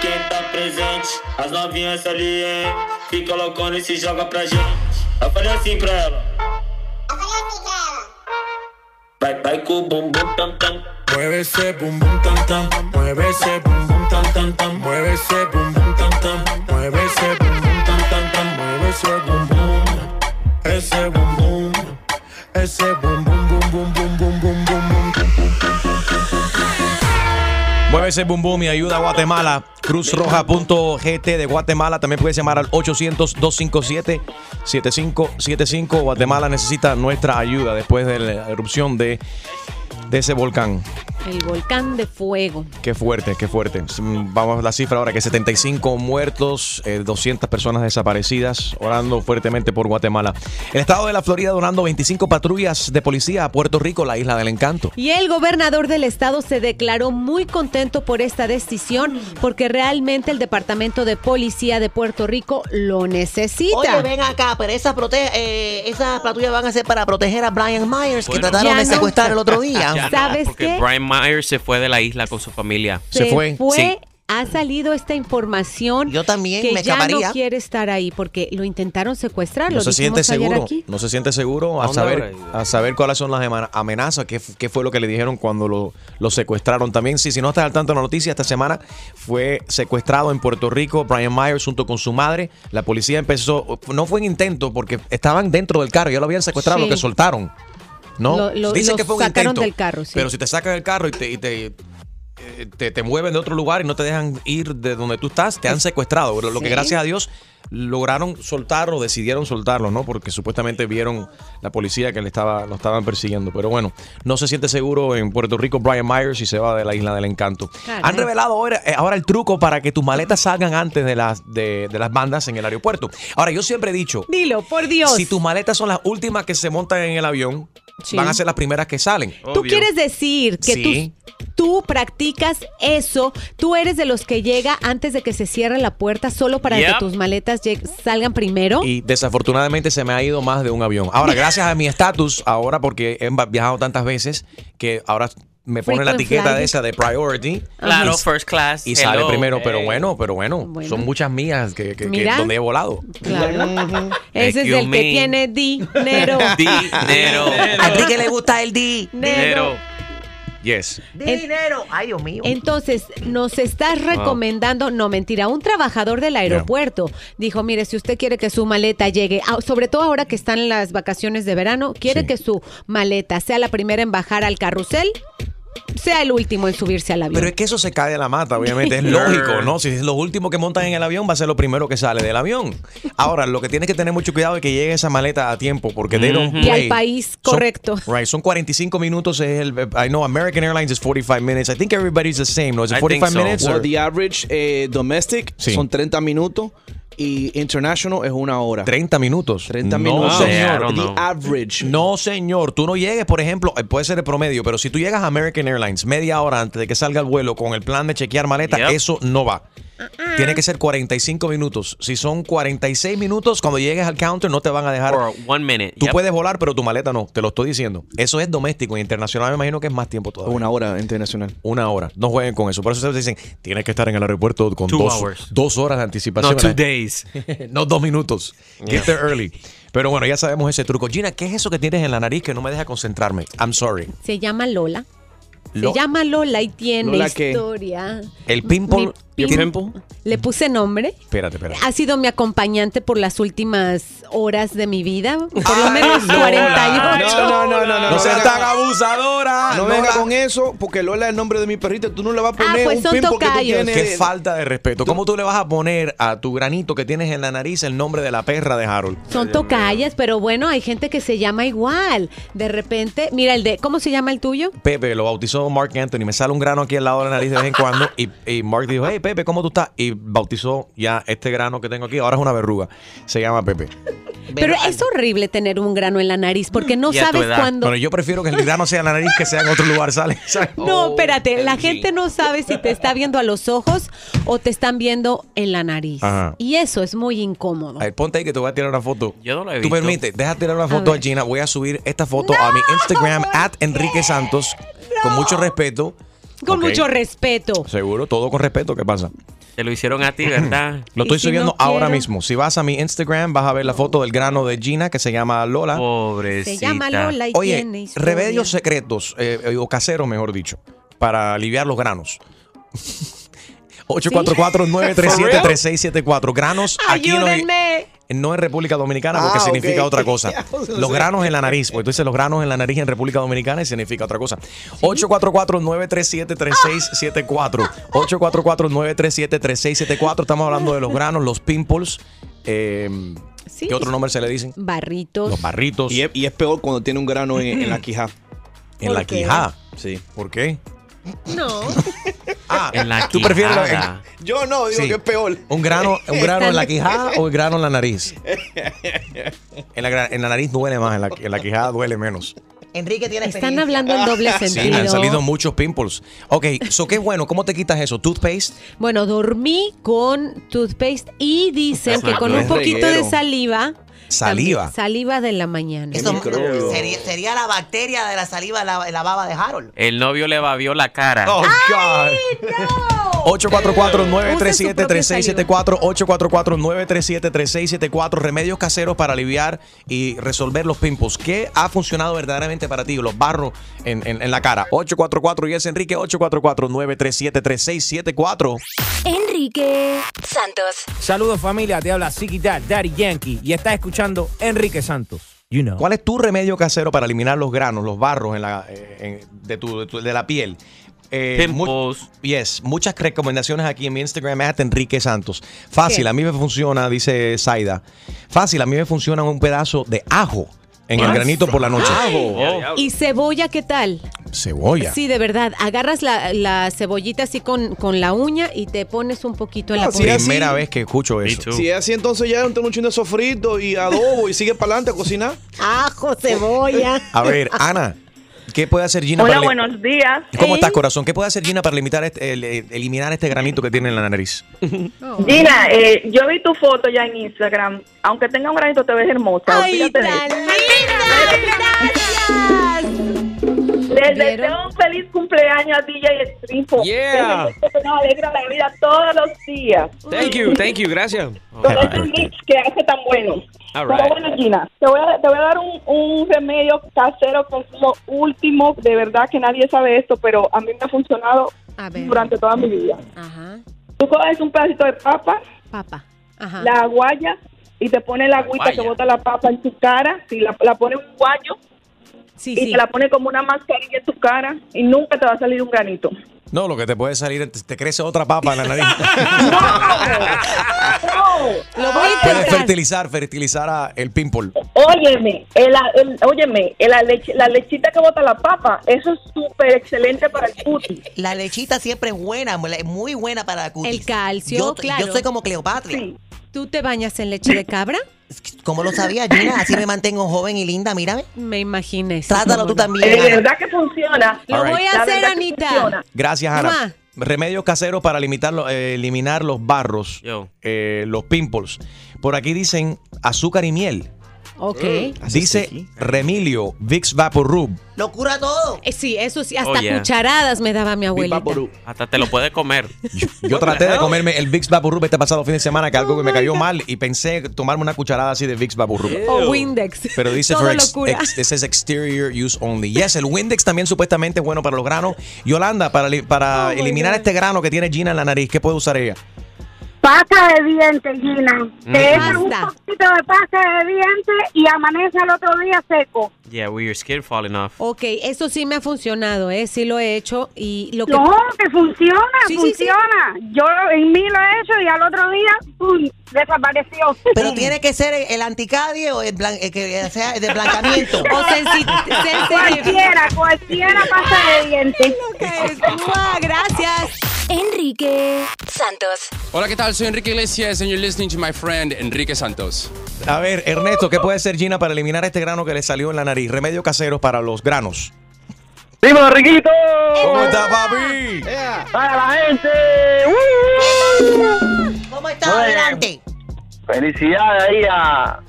S22: Quem tá presente, as novinhas ali, hein? Fica loucona e se joga pra gente. Eu falei assim pra ela. Vai, vai com o bumbum tam tam. Mueve esse bumbum tam tam. Mueve esse bumbum tam tam tam. Mueve esse bumbum tam tam. Mueve esse bumbum tam tam tam. Mueve esse bumbum. Esse bumbum. Esse bumbum bum bum bum bum bum bum bum.
S1: Mueve ese boom boom y ayuda a Guatemala. Cruzroja.gt de Guatemala. También puedes llamar al 800-257-7575. Guatemala necesita nuestra ayuda después de la erupción de, de ese volcán.
S6: El volcán de fuego.
S1: Qué fuerte, qué fuerte. Mm, Vamos a la cifra ahora que 75 muertos, eh, 200 personas desaparecidas, orando fuertemente por Guatemala. El estado de la Florida donando 25 patrullas de policía a Puerto Rico, la isla del encanto.
S6: Y el gobernador del estado se declaró muy contento por esta decisión porque realmente el Departamento de Policía de Puerto Rico lo necesita.
S7: Oye, ven acá, pero esas, prote eh, esas patrullas van a ser para proteger a Brian Myers, que trataron de secuestrar el otro día.
S9: Ya no, porque Brian Myers se fue de la isla con su familia.
S6: Se, fue.
S9: Sí.
S6: Ha salido esta información. Yo también que
S7: me
S6: ya
S7: escaparía.
S6: no quiere estar ahí porque lo intentaron secuestrar.
S1: No
S6: lo
S1: se
S6: dijimos
S1: siente
S6: ayer
S1: seguro,
S6: aquí.
S1: no se siente seguro
S9: ¿A
S1: a
S9: dónde habrá
S1: saber,
S9: ido?
S1: a saber cuáles son las ema- amenazas, qué, fu- qué fue lo que le dijeron cuando lo, lo secuestraron. También, si, si no estás al tanto de la noticia, esta semana fue secuestrado en Puerto Rico Brian Myers junto con su madre. La policía empezó, no fue un intento porque estaban dentro del carro, ya lo habían secuestrado,
S6: Sí.
S1: lo que soltaron. ¿no?
S6: Lo- lo-
S1: Dicen
S6: los
S1: que fue un
S6: sacaron
S1: intento,
S6: del carro, sí.
S1: Pero si te sacan del carro y te... y te eh, te, te mueven de otro lugar y no te dejan ir de donde tú estás, te han secuestrado. Lo lo que
S6: Sí.
S1: gracias a Dios lograron soltar o decidieron soltarlo, ¿no? Porque supuestamente vieron la policía que le estaba, lo estaban persiguiendo. Pero bueno, no se siente seguro en Puerto Rico Brian Myers y se va de la isla del encanto.
S23: Caray.
S1: Han revelado ahora, eh, ahora el truco para que tus maletas salgan antes de las, de, de las bandas en el aeropuerto. Ahora, yo siempre he dicho,
S6: Dilo, por Dios.
S1: si tus maletas son las últimas que se montan en el avión,
S6: Sí.
S1: van a ser las primeras que salen.
S6: Tú quieres decir que
S1: Sí.
S6: tú, tú practicas eso, tú eres de los que llega antes de que se cierre la puerta solo para
S1: Yep.
S6: que tus maletas lleg- salgan primero.
S1: Y desafortunadamente se me ha ido más de un avión. Ahora, gracias a mi estatus, ahora porque he va- viajado tantas veces, que ahora me pone la
S9: Frequent
S1: etiqueta
S9: flyer.
S1: de esa de priority.
S9: Claro,
S1: Y-
S9: first class,
S1: Y sale
S9: hello,
S1: primero, pero
S9: hey.
S1: bueno, pero bueno, son muchas mías que, que- que-
S6: Mira.
S1: donde he volado.
S6: Claro. Ese es
S1: Excuse
S6: el
S1: me.
S6: que tiene dinero.
S1: Dinero.
S7: A ti que le gusta el di.
S6: Dinero.
S1: Yes.
S6: Eh.
S7: Dinero. Ay, Dios mío.
S6: Entonces, nos estás
S7: Wow.
S6: recomendando, no mentira, un trabajador del aeropuerto dijo, mire, si usted quiere que su maleta llegue, ah, sobre todo ahora que están las vacaciones de verano, quiere que su maleta sea la primera en bajar al carrusel, sea el último en subirse al avión.
S1: Pero es que eso se cae de la mata, obviamente. Es lógico, ¿no? Si es lo último que montan en el avión, va a ser lo primero que sale del avión. Ahora, lo que tienes que tener mucho cuidado es que llegue esa maleta a tiempo, porque they don't
S6: y al
S1: play.
S6: país
S1: Son-
S6: correcto.
S1: Right, son 45 minutos. Es el, I know American Airlines is 45 minutes. I think everybody's the same, ¿no? Is it 45 minutes?
S8: Well,
S1: or-
S8: the average eh, domestic
S1: Sí.
S8: son 30 minutos y international es una hora.
S1: 30 minutos.
S8: 30
S1: No,
S8: minutos.
S1: señor.
S8: The
S1: No.
S8: average.
S1: No, señor. Tú no llegues, por ejemplo, eh, puede ser el promedio, pero si tú llegas a American Airlines media hora antes de que salga el vuelo con el plan de chequear maleta, eso no va. Tiene que ser 45 minutos. Si son 46 minutos, cuando llegues al counter no te van a dejar.
S9: Or one minute.
S1: Tú
S9: Yep.
S1: puedes volar, pero tu maleta no, te lo estoy diciendo. Eso es doméstico. Internacional me imagino que es más tiempo todavía.
S8: Una hora internacional.
S1: Una hora. No jueguen con eso. Por eso ustedes dicen, tienes que estar en el aeropuerto con
S9: Two
S1: dos,
S9: hours.
S1: dos horas de anticipación.
S9: No, two days.
S1: no dos minutos.
S9: Yeah.
S1: Get there early. Pero bueno, ya sabemos ese truco. Gina, ¿qué es eso que tienes en la nariz que no me deja concentrarme? I'm sorry.
S6: Se llama Lola.
S1: Lo-
S6: Se llama Lola y tiene
S1: ¿Lola qué?
S6: historia.
S1: El pimple.
S6: Mi
S1: ¿Tiene-
S6: Le puse nombre.
S1: Espérate, espérate.
S6: Ha sido mi acompañante por las últimas horas de mi vida, por lo
S8: Ay,
S6: menos
S8: Lola.
S6: 48.
S8: No, no, no, no, no.
S1: No seas
S8: venga
S1: tan
S8: con-
S1: abusadora.
S8: No
S1: Lola.
S8: venga con eso, porque Lola es el nombre de mi perrita. Tú no le vas a poner
S6: pues
S8: un
S6: son
S8: pin porque tú
S6: tocayos.
S8: tienes.
S1: Qué falta de respeto. ¿Cómo tú le vas a poner a tu granito que tienes en la nariz el nombre de la perra de Harold?
S6: Son tocallas, pero bueno, hay gente que se llama igual. De repente, mira el de, ¿cómo se llama el tuyo?
S1: Pepe lo bautizó Mark Anthony. Me sale un grano aquí al lado de la nariz de vez en cuando. Y, y Mark dijo, hey, Pepe, ¿cómo tú estás? Y bautizó ya este grano que tengo aquí. Ahora es una verruga. Se llama Pepe.
S6: Pero es horrible tener un grano en la nariz porque no sabes cuándo.
S1: Pero yo prefiero que el grano sea en la nariz que sea en otro lugar, ¿sale? ¿Sale?
S6: No, espérate, la gente no sabe si te está viendo a los ojos o te están viendo en la nariz.
S1: Ajá.
S6: Y eso es muy incómodo.
S1: A ver, ponte ahí que te voy a tirar una foto. Yo no la he Tú
S9: visto.
S1: permite, deja tirar una foto a, Gina. Voy a subir esta foto a mi Instagram, at Enrique Santos, con mucho respeto.
S6: Con
S1: Ok.
S6: mucho respeto.
S1: Seguro, todo con respeto, ¿qué pasa?
S9: Te lo hicieron a ti, ¿verdad?
S1: Lo estoy
S9: ¿Y si
S1: subiendo
S9: no
S1: ahora
S9: quiero? Oh.
S1: mismo. Si vas a mi Instagram, vas a ver la foto del grano de Gina que se llama Lola.
S9: Pobrecita.
S6: Se llama Lola y
S1: Oye,
S6: tiene historia.
S1: remedios secretos, eh, eh, o caseros, mejor dicho, para aliviar los granos. 844-937-3674. Granos aquí no, en-
S6: Ayúdenme.
S1: no en República Dominicana porque
S6: Ah, ok.
S1: significa otra cosa.
S6: Diablo,
S1: Los
S6: sí.
S1: granos en la nariz. Pues tú dices los granos en la nariz en República Dominicana y significa otra cosa. 844-937-3674. 844-937-3674. Estamos hablando de los granos, los pimples. eh,
S6: Sí.
S1: ¿Qué otro nombre se le dicen?
S6: Barritos.
S1: Los barritos.
S8: Y es, y es peor cuando tiene un grano en, en la quijá.
S1: ¿En la
S6: ¿Por qué?
S1: quijá?
S8: Sí.
S1: ¿Por qué?
S6: No.
S1: Ah,
S9: en la
S1: ¿Tú prefieres la-
S9: quijada.
S8: Yo no, digo
S1: Sí.
S8: que es peor.
S1: un grano, un grano en la quijada o el grano en la nariz? En la, gra- en la nariz duele más, en la, en la quijada duele menos.
S7: Enrique tiene
S6: Están
S7: experiencia.
S6: hablando en doble
S1: Sí,
S6: sentido.
S1: me han salido muchos pimples. Ok, so qué bueno, ¿cómo te quitas eso? ¿Toothpaste?
S6: Bueno, dormí con toothpaste y dicen que con
S1: No
S6: un
S1: es
S6: poquito de
S1: reguero.
S6: saliva.
S1: Saliva.
S6: Saliva de la mañana.
S7: Eso sería, sería la bacteria de la saliva de la, la baba de Harold.
S9: El novio le babió la cara.
S1: Oh, God. 844-937-3674 844-937-3674 Remedios caseros para aliviar y resolver los pimples ¿Qué ha funcionado verdaderamente para ti? Los barros en, en- en la cara 844 y es Enrique 844-937-3674
S2: Enrique Santos.
S23: Saludos familia, te habla Ziggy Dad, Daddy Yankee y estás escuchando Enrique Santos.
S1: ¿Cuál es tu remedio casero para eliminar los granos, los barros en la, eh, en- de, tu, de tu- de la piel? Eh, mu- yes, muchas recomendaciones aquí en mi Instagram, at Enrique Santos. Fácil,
S23: ¿Qué?
S1: a mí me funciona, dice Zaida. Fácil, a mí me funciona un pedazo de ajo en el
S23: Ah,
S1: granito por la noche.
S6: Ajo. Y cebolla, ¿qué tal?
S1: Cebolla.
S6: Sí, de verdad. Agarras la, la cebollita así con, con la uña y te pones un poquito en la
S8: No, si
S6: punta.
S8: es así-
S1: Primera vez que escucho eso.
S8: Si es así, entonces ya entra un chino de sofrito y adobo y sigue para adelante a cocinar.
S6: Ajo, cebolla.
S1: A ver, Ana, ¿qué puede hacer Gina para elim-
S24: días.
S1: ¿Cómo
S6: Eh.
S1: estás, corazón? ¿Qué puede hacer Gina para limitar este- el- el- eliminar este granito que tiene en la nariz?
S6: Oh.
S24: Gina, eh, yo vi tu foto ya en Instagram. Aunque tenga un granito, te ves hermosa.
S6: ¡Ay,
S24: Olvídate de
S6: tan
S24: eso.
S6: linda!
S24: Les deseo un feliz cumpleaños a DJ Stripo.
S5: Yeah.
S24: Que nos alegra la vida todos los días.
S5: Thank you, thank you, gracias.
S24: Con ese mix que hace tan bueno.
S5: All
S24: Pero
S5: right.
S24: bueno, Gina, te voy a, te voy a dar un, un remedio casero que es lo último. De verdad que nadie sabe esto, pero a mí me ha funcionado durante toda mi vida.
S6: Ajá.
S24: Tú coges un pedacito de papa,
S6: Papa. Ajá.
S24: la aguaya y te pone la agüita
S6: Aguaya.
S24: que bota la papa en tu cara, si la, la pone en un guayo
S6: Sí,
S24: y
S6: sí.
S24: te la pone como una mascarilla en tu cara y nunca te va a salir un granito.
S1: No, lo que te puede salir, te, te crece otra papa en la nariz.
S24: Lo voy a
S1: Puedes fertilizar, fertilizar a el pimple.
S24: Óyeme, el, el- óyeme, el- la, leche- la lechita que bota la papa, eso es súper excelente para el cutis.
S7: La lechita siempre es buena, es muy buena para la cutis.
S6: El calcio,
S7: yo,
S6: claro.
S7: Yo soy como Cleopatra.
S6: ¿Tú te bañas en leche de cabra?
S7: ¿Cómo lo sabía, Gina? Así me mantengo joven y linda, mírame.
S6: Me imaginé.
S7: Trátalo tú también.
S24: De verdad que funciona.
S6: Lo
S1: All right.
S6: voy a hacer, Anita.
S1: Gracias,
S6: Mamá.
S1: Ana. Remedios caseros para limitar lo- eh, eliminar los barros, eh, los pimples. Por aquí dicen azúcar y miel.
S6: Ok.
S1: Mm. Dice Remilio, Vicks Vaporub.
S7: Lo cura todo.
S6: Eh, sí, eso sí, hasta
S1: Oh, yeah.
S6: cucharadas me daba mi abuelita.
S9: Hasta te lo puedes comer.
S1: Yo traté de comerme el Vicks Vaporub este pasado fin de semana, que algo que me cayó mal, y pensé tomarme una cucharada así de Vicks Vaporub.
S6: O Oh, Windex.
S1: Oh. Pero dice
S6: Todo
S1: for ex-
S6: locura.
S1: ex- this is exterior use only. Yes, el Windex también supuestamente es bueno para los granos. Yolanda, para, li-
S6: Oh
S1: para eliminar este grano que tiene Gina en la nariz, ¿qué puede usar ella?
S25: Pasta de dientes, Gina. Te echas un poquito de pasta de dientes y amanece al otro día seco.
S9: Yeah, with your skin falling off.
S6: Ok, eso sí me ha funcionado, ¿eh? Sí lo he hecho y lo que...
S25: No, que funciona,
S6: Sí, sí, sí.
S25: funciona. Yo en mí lo he hecho y al otro día ¡pum! desapareció.
S7: Pero tiene que ser el, el anticadie o el, blan- eh, que sea de blancamiento.
S25: O sensi- Cualquiera, cualquiera pasta de dientes.
S6: Gracias.
S2: Enrique Santos. Santos.
S3: Hola, ¿qué tal? Soy Enrique Iglesias and you're listening to my friend Enrique Santos.
S1: A ver, Ernesto, ¿qué puede hacer Gina para eliminar este grano que le salió en la nariz? Remedio casero para los granos.
S3: ¡Viva Riquito!
S1: ¿Cómo está, papi?
S3: ¡Para la gente!
S7: ¿Cómo está
S3: Bueno.
S7: adelante?
S3: Felicidades ahí a, a-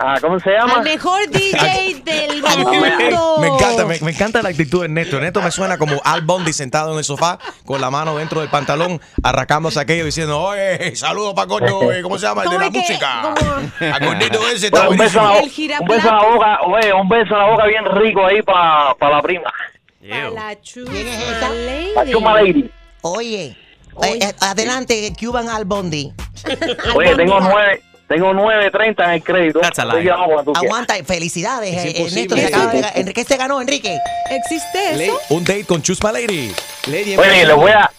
S3: Ah, ¿Cómo se llama?
S6: Al mejor DJ del mundo.
S1: Me encanta, me, me encanta la actitud de Ernesto. Ernesto me suena como Al Bondi sentado en el sofá con la mano dentro del pantalón, arracándose aquello diciendo, oye, saludos para coño, eh, ¿cómo se llama? El de la música. A Gordito ese está
S3: Bueno, un, beso
S1: buenísimo.
S3: en la, bo- un beso en la boca, oye, un beso en la boca bien rico ahí para la prima.
S6: La
S7: ¿Quién es esa?
S3: La chuma lady.
S7: Oye, eh, eh, adelante, Cuban al Bondi.
S3: Oye, tengo nueve, tengo 9.30 en el crédito.
S7: lie.
S3: Te llamo cuando tú quieras.
S7: Aguanta, felicidades,
S3: Es
S7: eh,
S3: imposible.
S7: Ernesto. Se acaba de ga- Enrique se ganó, Enrique.
S6: ¿Existe eso?
S1: Un date con Chusma Lady.
S3: Oye, les voy a,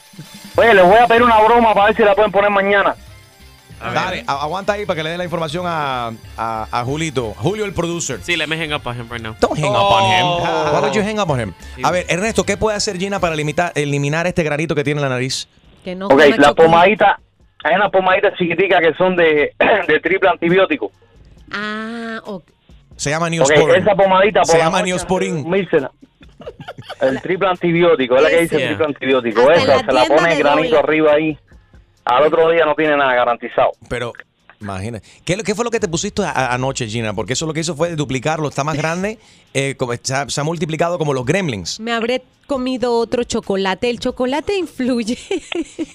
S3: oye, les voy a pedir una broma para ver si la pueden poner mañana.
S1: Dale, a- aguanta ahí para que le dé la información a, a, a Julito. Julio, el producer.
S9: Sí, let me hang up on him right now.
S1: Don't hang up on him.
S9: Oh.
S1: Why would you hang up on him? A ver, Ernesto, ¿qué puede hacer Gina para limitar, eliminar este granito que tiene en la nariz?
S6: Que no
S3: ok, la pomadita, hay unas pomaditas chiquiticas que son de, de triple antibiótico.
S6: Ah, ok.
S1: Se llama
S3: Ok,
S1: Neosporin.
S3: esa pomadita
S1: Se
S3: por la
S1: llama
S3: noche,
S1: Neosporin.
S3: mírsela. El triple antibiótico, es la que dice
S1: Yeah.
S3: triple antibiótico.
S1: Hasta
S3: Esa,
S1: en la
S3: se la
S1: tienda
S3: pone
S1: de
S3: granito
S1: Dolly.
S3: arriba ahí. Al otro día no tiene nada garantizado.
S1: Pero, imagina. ¿Qué, qué fue lo que te pusiste a- a- anoche, Gina? Porque eso lo que hizo fue duplicarlo. Está más grande. eh, como- se, ha, se ha multiplicado como los gremlins.
S6: Me habré comido otro chocolate. El chocolate influye.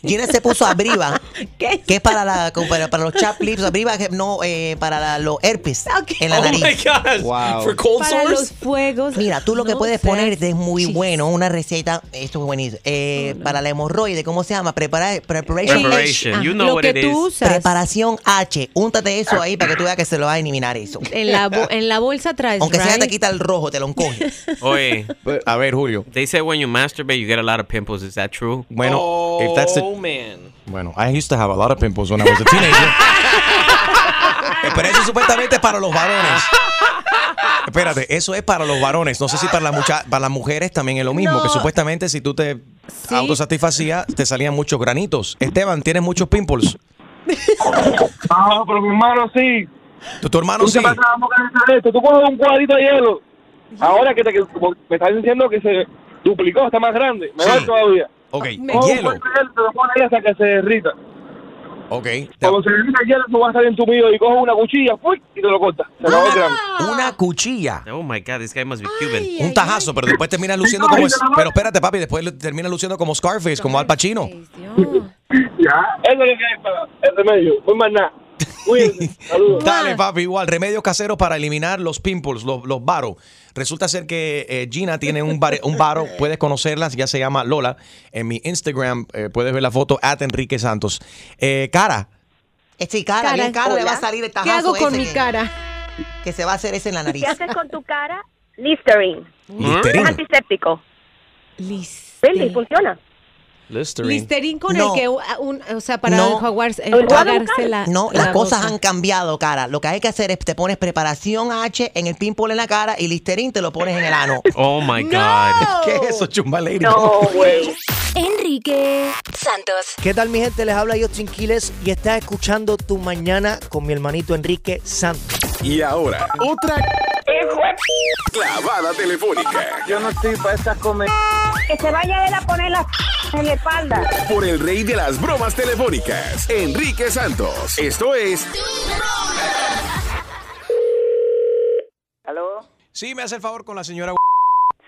S7: Gina se puso abriva, que es para, la, como para, para los chap lips, abriva, que no, eh, para la- los herpes en la
S6: Oh
S7: nariz.
S6: my gosh.
S1: Wow.
S6: For cold Para sores? los fuegos.
S7: Mira, tú lo que
S6: No
S7: puedes
S6: seas
S7: ponerte es muy bueno, una receta, esto es buenísimo,
S6: Oh,
S7: eh, para la hemorroide, ¿cómo se llama? Prepara- preparation,
S9: Preparation,
S6: Ah,
S7: H.
S9: you know Lo what que it tú is. usas.
S7: Preparación H, úntate eso ahí para que tú veas que se lo va a eliminar eso.
S6: En la, bo- en la bolsa traes.
S7: Aunque sea
S6: right?
S7: te quita el rojo, te lo encoge.
S9: Oye.
S1: A ver, Julio.
S9: They say when you masturbate, you get a lot of pimples. Is that true? Oh.
S1: Bueno, if that's the-
S5: man.
S1: Bueno, I used to have a lot of pimples when I was a teenager. Eh, Pero eso supuestamente es para los varones. Espérate, eso es para los varones. No sé si para, las mucha- para las mujeres también es lo mismo,
S6: No.
S1: que supuestamente si tú te autosatisfacías, te salían muchos granitos. Esteban, ¿tienes muchos pimples?
S17: Ah, pero mi hermano sí.
S1: Tu, tu hermano
S17: Tú te
S1: sí.
S17: pasabas boca de esto. Tú coges un cuadrito de hielo. Ahora que, te, que- como me estás diciendo que se duplicó, está más grande. Mejor todavía.
S1: Ok,
S17: Coge
S1: hielo.
S17: Un cuadrito de hielo, te lo pones ahí hasta que se derrita.
S1: Ok.
S17: Cuando se derrita el hielo, tú vas a estar entumido y coges una cuchilla ¡fui! y te lo cortas. Se acabó el grano.
S1: Una cuchilla.
S9: Oh my God, this guy must be Cuban.
S1: Un tajazo, pero después termina luciendo como... es- Pero espérate, papi, después lu- termina luciendo como Scarface, como Al Pacino.
S17: Ya. Eso es lo que es para el remedio. Muy más nada. Cuídense. Saludos.
S1: Dale, papi, igual. Remedios caseros para eliminar los pimples, los, los varos. Resulta ser que eh, Gina tiene un, bar- un varo, puedes conocerlas, ya se llama Lola. En mi Instagram eh, puedes ver la foto, at Enrique Santos. Eh, cara,
S7: Este cara,
S6: Cara,
S7: bien cara, le va a
S6: hola.
S7: salir el
S6: ¿Qué
S7: tajazo
S6: hago con
S7: ese
S6: mi
S7: que-
S6: cara?
S7: Que se va a hacer ese en la nariz.
S12: ¿Qué haces con tu cara? Listerine.
S1: Listerine.
S12: Es antiséptico. Listerine. funciona.
S6: Listerín con
S7: No.
S6: el que u- un- o sea, para
S7: No.
S6: enjuagar-
S7: Igual a
S6: enjuagarse la
S7: No,
S6: la
S7: las cosas
S6: boca.
S7: han cambiado, cara. Lo que hay que hacer es te pones preparación H en el pimple en la cara y listerín te lo pones en el ano.
S9: Oh my God.
S1: ¿qué es eso, chumba lady?
S2: Enrique Santos.
S10: ¿Qué tal mi gente? Les habla Justin Quiles y estás escuchando Tu Mañana con mi hermanito Enrique Santos.
S19: Y ahora, otra clavada telefónica
S17: Yo no estoy para estas comer.
S25: Que se vaya él a poner la en la espalda.
S19: por el rey de las bromas telefónicas, Enrique Santos. Esto es
S15: ¿Aló?
S1: Sí, me hace el favor con la señora.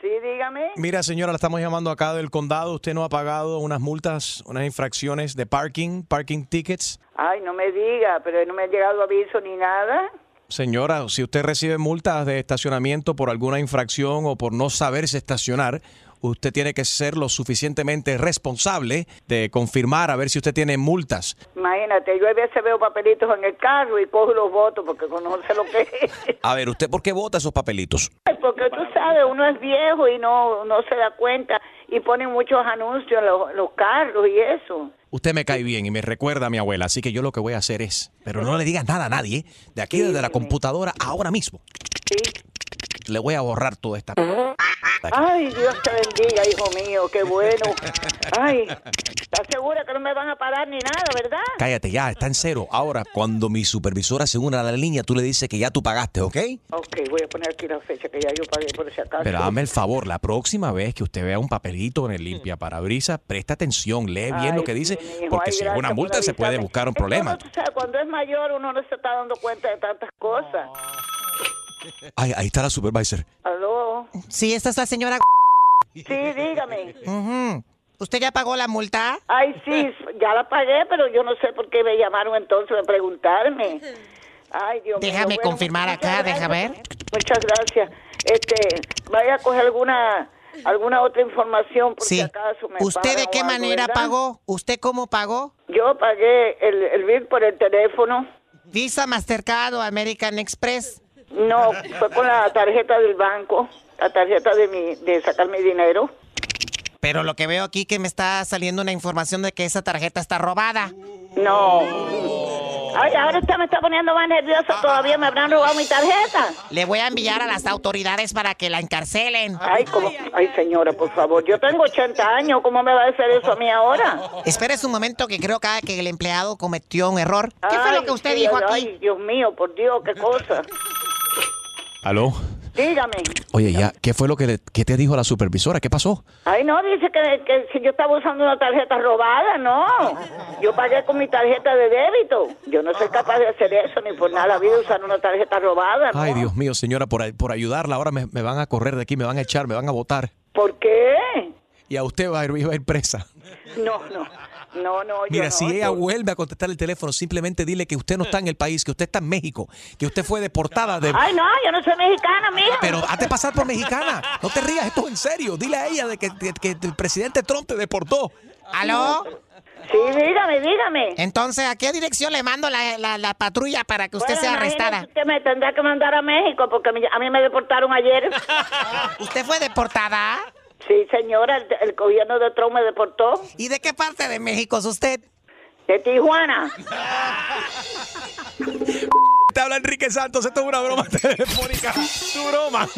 S15: Sí, dígame.
S1: Mira, señora, la estamos llamando acá del condado. Usted no ha pagado unas multas, unas infracciones de parking, parking tickets.
S15: Ay, no me diga, pero no me ha llegado aviso ni nada.
S1: Señora, si usted recibe multas de estacionamiento por alguna infracción o por no saberse estacionar, usted tiene que ser lo suficientemente responsable de confirmar a ver si usted tiene multas.
S15: Imagínate, yo a veces veo papelitos en el carro y cojo los votos porque conoce lo que es.
S1: A ver, ¿usted por qué vota esos papelitos?
S15: Porque tú sabes, uno es viejo y no, no se da cuenta y ponen muchos anuncios en los, los carros y eso.
S1: Usted me cae bien y me recuerda a mi abuela, así que yo lo que voy a hacer es, pero no le digas nada a nadie, ¿eh? de aquí desde la computadora ahora mismo. Le voy a borrar toda esta...
S15: Ay, Dios te bendiga, hijo mío, qué bueno. Ay, ¿estás segura que no me van a parar ni nada, verdad?
S1: Cállate ya, está en cero. Ahora, cuando mi supervisora se una a la línea, tú le dices que ya tú pagaste, ¿ok?
S15: Ok, voy a poner aquí la fecha que ya yo pagué por si acaso.
S1: Pero hazme el favor, la próxima vez que usted vea un papelito en el limpia parabrisas, presta atención, lee bien
S15: Ay,
S1: lo que dice,
S15: sí, mi hijo,
S1: porque
S15: ay,
S1: si es
S15: gracias
S1: una
S15: por
S1: multa se puede
S15: avisarme.
S1: buscar un
S15: Es que uno,
S1: problema.
S15: tú sabes, cuando es mayor uno no se está dando cuenta de tantas cosas.
S1: Ay, ahí está la supervisor.
S15: ¿Aló?
S7: Sí, esta es la señora.
S15: Sí, dígame.
S7: ¿Usted ya pagó la multa?
S15: Ay, sí, ya la pagué, pero yo no sé por qué me llamaron entonces a preguntarme. Ay, Dios mío,
S7: Déjame
S15: bueno,
S7: confirmar acá, deja ver.
S15: Muchas gracias. Este, vaya a coger alguna alguna otra información por
S7: Sí.
S15: si acaso me
S7: ¿Usted de
S15: paran o
S7: qué
S15: algo,
S7: manera
S15: ¿verdad?
S7: pagó? ¿Usted cómo pagó?
S15: Yo pagué el, el bill por el teléfono.
S7: Visa, Mastercard o American Express.
S15: No, fue con la tarjeta del banco, la tarjeta de mi de sacar mi dinero.
S7: Pero lo que veo aquí que me está saliendo una información de que esa tarjeta está robada.
S15: No. Ay, ahora usted me está poniendo más nerviosa todavía, me habrán robado mi tarjeta.
S7: Le voy a enviar a las autoridades para que la encarcelen.
S15: Ay, ¿cómo? Ay, señora, por favor, yo tengo 80 años, ¿cómo me va a hacer eso a mí ahora?
S7: Espere un momento que creo acá que el empleado cometió un error. ¿Qué fue lo
S15: Ay,
S7: que usted
S15: sí,
S7: dijo aquí?
S15: Ay, Dios mío, por Dios, qué cosa.
S1: ¿Aló?
S15: Dígame.
S1: Oye, ya, ¿qué fue lo que, le- que te dijo la supervisora? ¿Qué pasó?
S15: Ay, no, dice que, que si yo estaba usando una tarjeta robada, no. Yo pagué con mi tarjeta de débito. Yo no soy capaz de hacer eso, ni por nada la vida usar una tarjeta robada, ¿no?
S1: Ay, Dios mío, señora, por, por ayudarla. Ahora me, me van a correr de aquí, me van a echar, me van a votar.
S15: ¿Por qué?
S1: Y a usted va a ir, va a ir presa.
S15: No, no, no, no, yo
S1: Mira,
S15: no,
S1: si ella
S15: yo-
S1: vuelve a contestar el teléfono, simplemente dile que usted no está en el país, que usted está en México, que usted fue deportada de...
S15: Ay, no, yo no soy mexicana, mija.
S1: Pero hazte pasar por mexicana. No te rías, esto es en serio. Dile a ella de que, que- que el presidente Trump te deportó.
S7: ¿Aló?
S15: Sí, dígame, dígame.
S7: Entonces, ¿a qué dirección le mando la, la- la patrulla para que usted
S15: Bueno,
S7: sea
S15: imagínese
S7: arrestada?
S15: Usted me tendrá que mandar a México porque a mí- a mí me deportaron ayer.
S7: ¿Usted fue deportada?
S15: Sí, señora, el, el gobierno de Trump me deportó.
S7: ¿Y de qué parte de México es usted?
S15: De Tijuana.
S1: Te habla Enrique Santos, esto es una broma telefónica. Tu broma.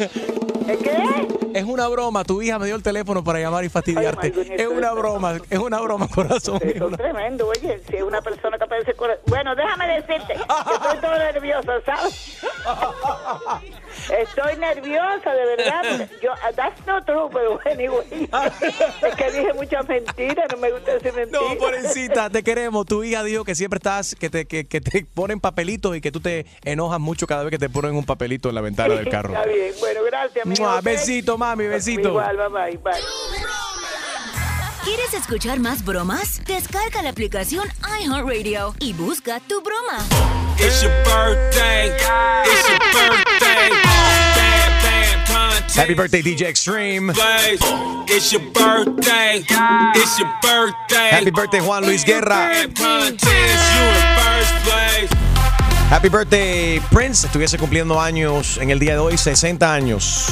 S15: ¿Qué?
S1: Es una broma, tu hija me dio el teléfono para llamar y fastidiarte. es una broma, es una broma, corazón. mío.
S15: Tremendo, oye, si es una persona capaz de ser cora- Bueno, déjame decirte, que estoy todo nerviosa, ¿sabes? Estoy nerviosa, de verdad. porque Yo, ah, that's not true, pero anyway. Es que dije muchas mentiras, no me gusta decir mentiras.
S1: No, pobrecita, te queremos. Tu hija dijo que siempre estás, que te, que, que te ponen papelitos y que tú te enojas mucho cada vez que te ponen un papelito en la ventana del carro.
S15: Está bien, bueno, gracias, amigo.
S1: Mua,
S15: ¿ok?
S1: Besito, mami, besito.
S15: Igual, bye bye. bye.
S21: ¿Quieres escuchar más bromas? Descarga la aplicación iHeartRadio y busca tu broma.
S22: It's your birthday. It's your birthday. Bam, bam, contact.
S1: Happy birthday, DJ Extreme.
S22: Blaze. It's your birthday. It's your birthday.
S1: Happy birthday, Juan Luis Guerra.
S22: Bam, contest. You in first place.
S1: Happy birthday, Prince. Estuviese cumpliendo años en el día de hoy, 60 años.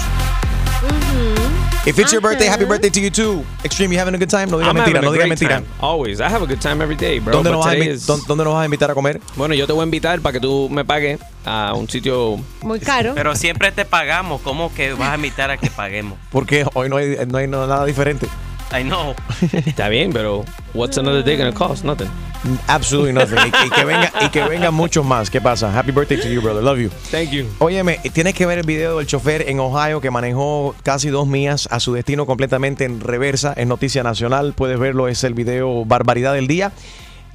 S12: Uh-huh.
S1: If it's your birthday, happy birthday to you too. Extreme, you having a good time? No diga
S5: I'm
S1: mentira,
S5: having a
S1: no diga
S5: great
S1: mentira.
S5: time. Always. I have a good time every day, bro.
S1: ¿Dónde
S5: but
S1: nos, vas a
S5: today
S1: invi-
S5: is-
S1: dón- dónde nos vas a invitar a comer?
S5: Bueno, yo te voy a invitar para que tú me pagues a un sitio.
S6: Muy caro.
S9: Pero siempre te pagamos, ¿cómo que vas a invitar a que paguemos?
S1: Porque hoy no hay, no hay nada diferente.
S9: I know.
S5: Está bien, pero what's another day gonna cost? Nothing.
S1: Absolutely nothing. y, y que venga, y que vengan muchos más. ¿Qué pasa? Happy birthday to you, brother. Love you.
S5: Thank you.
S1: Óyeme, tienes que ver el video del chofer en Ohio que manejó casi dos millas a su destino completamente en reversa. Es noticia nacional. Puedes verlo. Es el video Barbaridad del Día.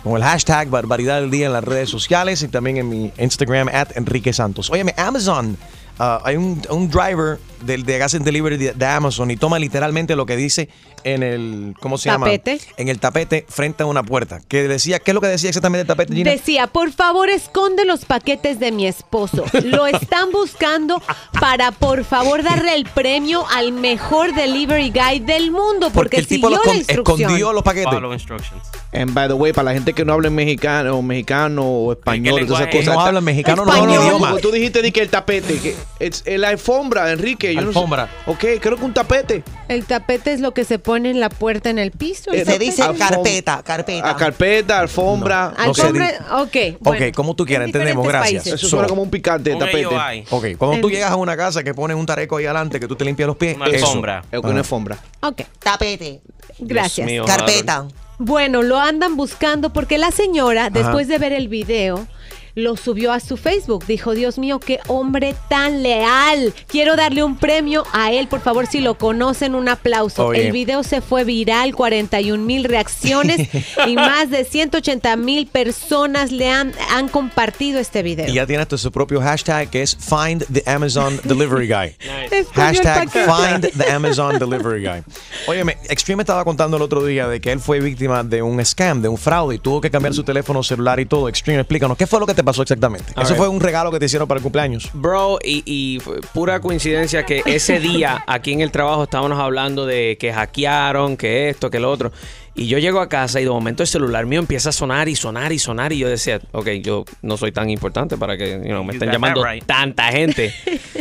S1: Con el hashtag Barbaridad del Día en las redes sociales y también en mi Instagram, at Enrique Santos. Óyeme, Amazon. ah, hay un, un driver del de Gas and Delivery de, de Amazon y toma literalmente lo que dice en el. ¿Cómo se
S6: Tapete.
S1: llama? En el tapete frente a una puerta. Que decía, ¿Qué es lo que decía exactamente el tapete, Gina?
S6: Decía, por favor, esconde los paquetes de mi esposo. Lo están buscando para, por favor, darle el premio al mejor delivery guy del mundo. Porque,
S1: el tipo los
S6: siguió la
S1: con-
S6: instrucción.
S1: escondió los paquetes.
S8: And by the way, para la gente que no habla en mexicano o mexicano o español, todas esas
S1: lenguaje?
S8: cosas.
S1: No hablan mexicano, no hablan
S8: Español.
S1: idioma.
S8: Tú dijiste di que el tapete, que es es eh, la alfombra, Enrique, qué? Yo no sé.
S4: Alfombra.
S8: Ok, creo que un tapete.
S6: El tapete es lo que se pone en la puerta en el piso. el
S8: Eh,
S6: tapete.
S8: alfom- A carpeta, alfombra.
S6: Alfombra, ok. bueno.
S4: ok, como tú quieras,
S6: en
S4: entendemos,
S6: diferentes
S4: gracias.
S6: países.
S8: Eso suena como un picante,
S4: Un
S8: tapete.
S4: AOI. Ok, cuando tú
S6: En-
S4: llegas a una casa que ponen un tareco ahí adelante, que tú te limpias los pies.
S9: Una
S4: eso.
S9: alfombra.
S4: Ajá.
S8: Una alfombra.
S6: Ok.
S7: Tapete.
S6: Gracias.
S4: mío,
S7: Carpeta.
S6: Bueno, lo andan buscando porque la señora, después de ver el video, lo subió a su Facebook. Dijo, Dios mío, qué hombre tan leal. Quiero darle un premio a él, por favor, si lo conocen, un aplauso.
S11: Oye.
S6: El video se fue viral, 41 mil reacciones y más de 180 mil personas le han, han compartido este video.
S1: Y ya tiene hasta su propio hashtag que es Find the Amazon Delivery Guy.
S6: Escogió el
S1: Hashtag
S6: paquete.
S1: Find the Amazon Delivery Guy. Óyeme, Extreme estaba contando el otro día de que él fue víctima de un scam, de un fraude y tuvo que cambiar su teléfono celular y todo. Extreme, explícanos, ¿qué fue lo que te pasó exactamente?
S5: All
S1: Eso
S5: right.
S1: fue un regalo que te hicieron para el cumpleaños.
S5: Bro, y, y fue pura coincidencia que ese día aquí en el trabajo estábamos hablando de que hackearon, que esto, que lo otro. Y yo llego a casa y de momento el celular mío empieza a sonar y sonar y sonar. Y yo decía, ok, yo no soy tan importante para que you know, me estén
S9: got that
S5: llamando
S9: right.
S5: tanta gente.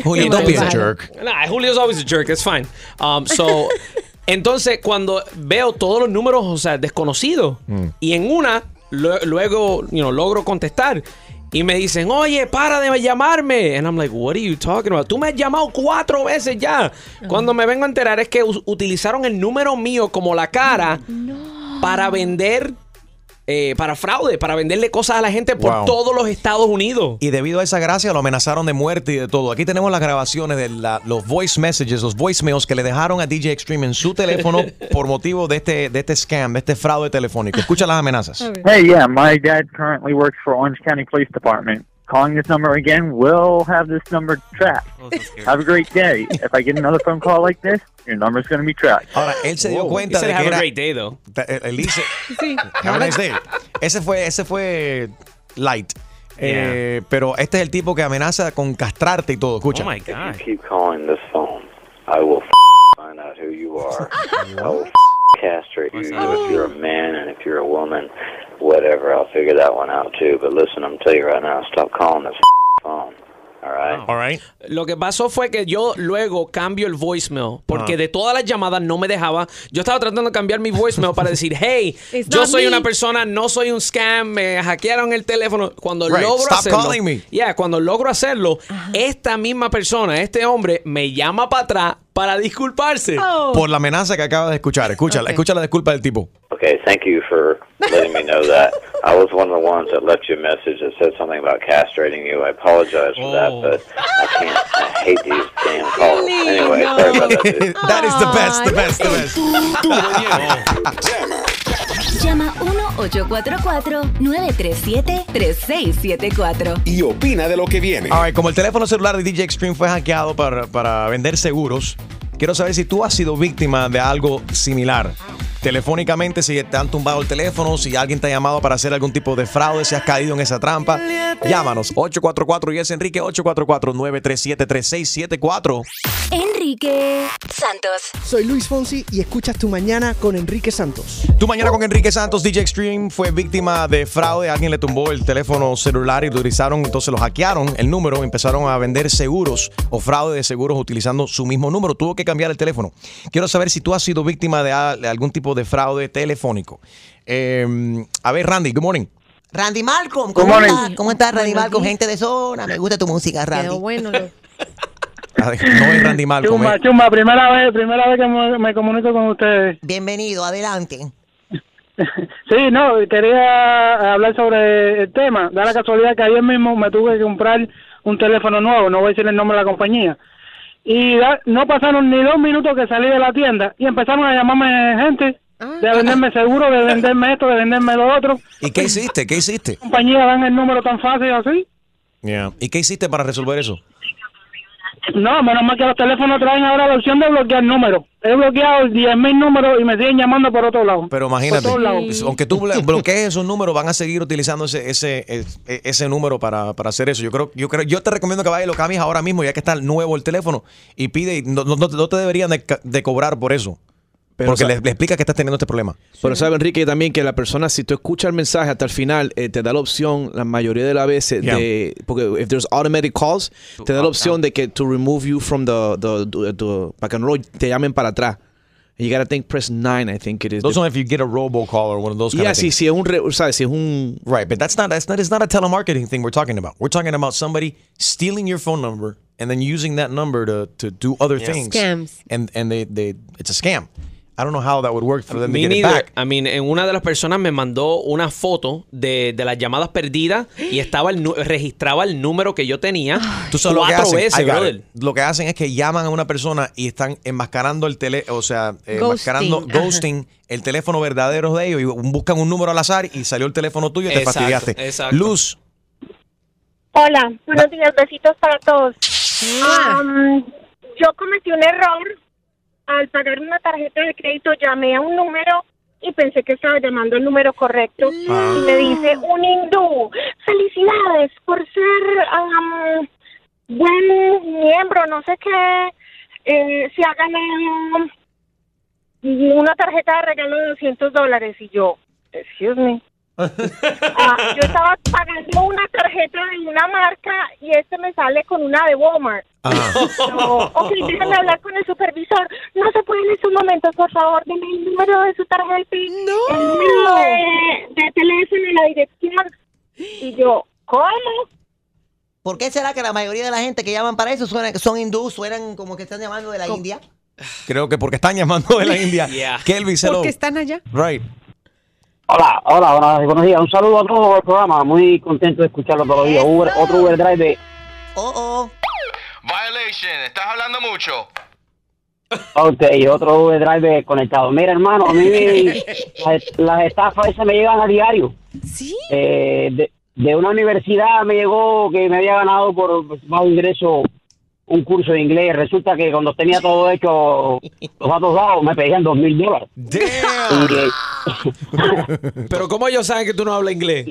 S1: Julio, don't be a
S5: Entonces-
S1: jerk.
S5: Nah, Julio's always a jerk, it's fine. Um, so, entonces, cuando veo todos los números, o sea, desconocidos,
S1: Mm.
S5: y en una, lo- luego, you know, logro contestar. Y me dicen, oye, para de llamarme. And I'm like, what are you talking about? Tú me has llamado cuatro veces ya. Cuando me vengo a enterar es que us- utilizaron el número mío como la cara para vender, eh, para fraude, para venderle cosas a la gente por
S1: Wow.
S5: todos los Estados Unidos.
S1: Y debido a esa gracia lo amenazaron de muerte y de todo. Aquí tenemos las grabaciones de la- los voice messages, los voicemails que le dejaron a DJ Extreme en su teléfono por motivo de este, de este scam, de este fraude telefónico. Escucha las amenazas.
S16: Hey, yeah, my dad currently works for Orange County Police Department. Calling this number again will have this number tracked. Have a great day. If I get another phone call like this, your number's going to be tracked.
S1: Ahora, él se dio
S16: Wow.
S1: cuenta
S16: He said,
S1: de que
S16: "Have a
S1: era...
S16: great
S5: day, though.
S1: Él dice... eh, Have a nice day. Ese fue, ese fue light. Eh, pero este es el tipo que amenaza con castrarte y todo.
S16: Oh
S5: Oh,
S1: Escucha.
S26: If you keep calling this phone, I will f- find out who you are. I will f- castrate you, you if you're a man and if you're a woman, whatever. I'll figure that one out too. But listen, I'm telling you right now, stop calling this f- phone. All right.
S1: All right.
S5: Lo que pasó fue que yo luego cambio el voicemail porque
S1: Ah.
S26: Ajá.
S5: de todas las llamadas no me dejaba. Yo estaba tratando de cambiar mi voicemail para decir, hey,
S6: It's
S5: yo
S6: not
S5: soy
S6: me."
S5: una persona, no soy un scam, me hackearon el teléfono. Cuando
S1: Right,
S5: logro
S1: stop
S5: hacerlo,
S1: calling me.
S5: Yeah, cuando logro hacerlo, esta misma persona, este hombre, me llama para atrás para disculparse.
S6: Oh.
S1: Por la amenaza que acabas de escuchar. Escúchala, escucha la disculpa del tipo.
S26: Okay, thank you for letting me know that. I was one of the ones that left you a message that said something about castrating you. I apologize for that, but I can't. I hate these damn calls. Anyway, sorry about that. dude.
S1: That is the best, the best, the best.
S21: Llama 1-844-937-3674.
S19: Y opina de lo que viene.
S1: All right, como el teléfono celular de DJ Extreme fue hackeado para, para vender seguros, quiero saber si tú has sido víctima de algo similar. Telefónicamente, si te han tumbado el teléfono, si alguien te ha llamado para hacer algún tipo de fraude, si has caído en esa trampa, llámanos 844 y es Enrique 844-937-3674.
S2: Enrique Santos.
S27: Soy Luis Fonsi y escuchas Tu Mañana con Enrique Santos.
S1: Tu mañana con Enrique Santos, DJ Extreme, fue víctima de fraude. Alguien le tumbó el teléfono celular y lo utilizaron, entonces lo hackearon el número, empezaron a vender seguros o fraude de seguros utilizando su mismo número. Tuvo que cambiar el teléfono. Quiero saber si tú has sido víctima de, a- de algún tipo de fraude telefónico. Eh, a ver, Randy, good morning.
S7: Randy Malcolm,
S1: Good
S7: ¿cómo
S1: morning.
S7: estás? ¿Cómo estás, Randy
S6: Buenos
S7: Malcolm?
S6: días.
S7: Gente de zona, me gusta tu música, Randy.
S6: bueno.
S1: No es Randy Malcolm.
S26: Chumba,
S1: eh.
S26: chumba, primera vez, primera vez que me, me comunico con ustedes.
S7: Bienvenido, adelante.
S26: Sí, no, quería hablar sobre el tema. Da la casualidad que ayer mismo me tuve que comprar un teléfono nuevo, no voy a decir el nombre de la compañía. Y da- no pasaron ni dos minutos que salí de la tienda y empezaron a llamarme gente, de venderme seguro, de venderme esto, de venderme lo otro.
S1: ¿Y qué hiciste? este, ¿Qué hiciste?
S26: Compañía dan el número tan fácil así.
S1: Yeah. ¿Y qué hiciste para resolver eso?
S26: No, menos mal que los teléfonos traen ahora la opción de bloquear números. He bloqueado 10.000 números y me siguen llamando por otro lado.
S1: Pero imagínate,
S26: Por todos lados.
S1: pues, aunque tú bla- bloquees esos números, van a seguir utilizando ese, ese, es- e- ese número para, para hacer eso. Yo creo, yo creo, yo te recomiendo que vayas y lo cambies ahora mismo, ya que está nuevo el teléfono, y pide, y no, no- no te- no te deberían de, ca- de cobrar por eso.
S8: Pero,
S1: Porque
S8: o sea-
S1: le, le explica que estás teniendo este problema.
S8: Pero sabe, Enrique, también que la persona, si tú escuchas el mensaje hasta el final, eh, te da la opción, la mayoría de las veces,
S1: Yeah.
S8: de, porque if there's automatic calls, te da la opción de que to remove you from the, the, the- the- para que no lo- te llamen para atrás. You gotta think press 9, I think it is.
S1: Those are if you get a robocall or one of those kind
S8: Yeah,
S1: of
S8: sí,
S1: things.
S8: sí, es un, re- o sea, sí, es un...
S1: Right, but that's not that's not it's not a telemarketing thing we're talking about. We're talking about somebody stealing your phone number and then using that number to to do other
S5: Yeah.
S1: things.
S5: Scams.
S1: And and they they it's a scam. I don't know how that would work for them to
S5: Me
S1: get it
S5: neither.
S1: back.
S5: I mean, en una de las personas me mandó una foto de, de las llamadas perdidas y estaba el nu- registraba el número que yo tenía
S1: Tú sabes lo que
S5: cuatro
S1: hacen.
S5: veces,
S1: I got
S5: brother.
S1: it. Lo que hacen es que llaman a una persona y están enmascarando el tele, o sea, eh,
S5: Ghosting,
S1: enmascarando
S5: ajá.
S1: ghosting el teléfono verdadero de ellos y buscan un número al azar y salió el teléfono tuyo y te
S5: Exacto,
S1: fastidiaste.
S5: exacto.
S1: Luz,
S25: Hola, buenos días, besitos para todos.
S6: Mua.
S25: Am, yo cometí un error al pagar una tarjeta de crédito, llamé a un número y pensé que estaba llamando el número correcto y me dice un hindú, felicidades por ser am, buen miembro, no sé qué, eh, se ha ganado una tarjeta de regalo de 200 dólares y yo, excuse me. Ah, yo estaba pagando una tarjeta de una marca y este me sale con una de Walmart.
S4: Ah.
S25: Yo, ok, déjame hablar con el supervisor. No se puede en estos momentos, por favor, denme el número de su tarjeta. No. El número de, de teléfono y la dirección. Y yo, ¿cómo?
S7: ¿Por qué será que la mayoría de la gente que llaman para eso suenan, son hindú, suenan como que están llamando de la India?
S1: creo que porque están llamando de la India. Kelvin, hello.
S6: Porque están allá.
S1: Right.
S28: Hola, hola, hola, buenos días. Un saludo a todos por el programa. Muy contento de escucharlo todos los días. Uber- otro Uber Drive de...
S1: Oh,
S28: Ok, otro Uber Drive conectado. Mira, hermano, a mí me- las, las estafas esas me llegan a diario.
S6: Sí.
S28: Eh, de, de una universidad me llegó que me había ganado por bajo ingreso un curso de inglés. Resulta que cuando tenía todo hecho, los datos dados, me pedían dos mil dólares. Y, eh,
S5: Pero ¿cómo ellos saben que tú no hablas inglés?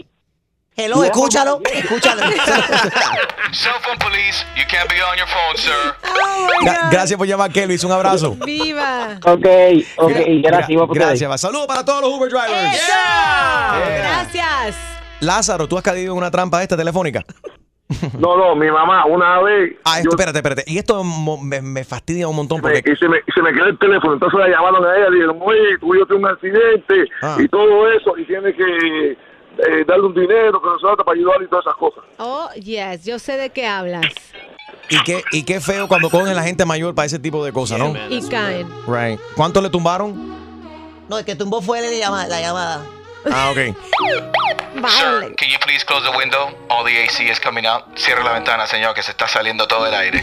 S7: Hello, escúchalo, escúchalo.
S1: Gra- gracias por llamar, Kelvin. Un abrazo.
S6: ¡Viva!
S28: Ok, ok, gracias. igual por ustedes.
S1: Gracias. Saludos para todos los Uber drivers.
S6: Gracias.
S1: Lázaro, tú has caído en una trampa de esta telefónica.
S17: No, no, mi mamá, una vez.
S1: Ah,
S17: yo-
S1: espérate, espérate. Y esto mo- me, me fastidia un montón porque.
S17: me- y se me, y se me quedó el teléfono. Entonces la llamaron a ella, le dijeron, oye, tú y yo tuve un accidente
S1: Ah.
S17: y todo eso, y tienes que eh, darle un dinero que nosotros para ayudar y todas esas cosas.
S6: Oh, yes, yo sé de qué hablas.
S1: Y qué, y qué feo cuando cogen la gente mayor para ese tipo de cosas, ¿no?
S6: Y caen.
S1: Right. ¿Cuánto le tumbaron?
S7: No, el que tumbó fue la llamada. La llamada.
S1: Ah, ok.
S6: Vale.
S29: Can you please close the window? All the AC is coming out. Cierra la ventana, señor, que se está saliendo todo el aire.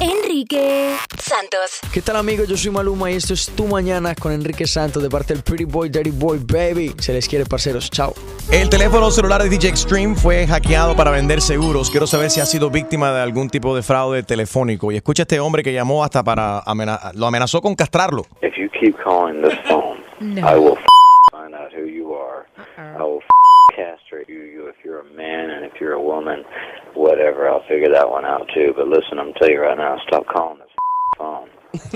S2: Enrique Santos.
S12: ¿Qué tal amigos? Yo soy Maluma y esto es Tu Mañana con Enrique Santos de parte del Pretty Boy, Dirty Boy, Baby. Se les quiere, parceros. Chao.
S1: El teléfono celular de DJ Extreme fue hackeado para vender seguros. Quiero saber si ha sido víctima de algún tipo de fraude telefónico. Y escucha a este hombre que llamó hasta para amena- lo amenazó con castrarlo.
S23: If you keep calling this phone,
S6: No.
S23: I will f- find out who you are.
S1: Uh-uh.
S23: I will f- castrate you, you if you're a man and if you're a woman, whatever. I'll figure that one out too. But listen, I'm telling you right now, stop calling this f- phone.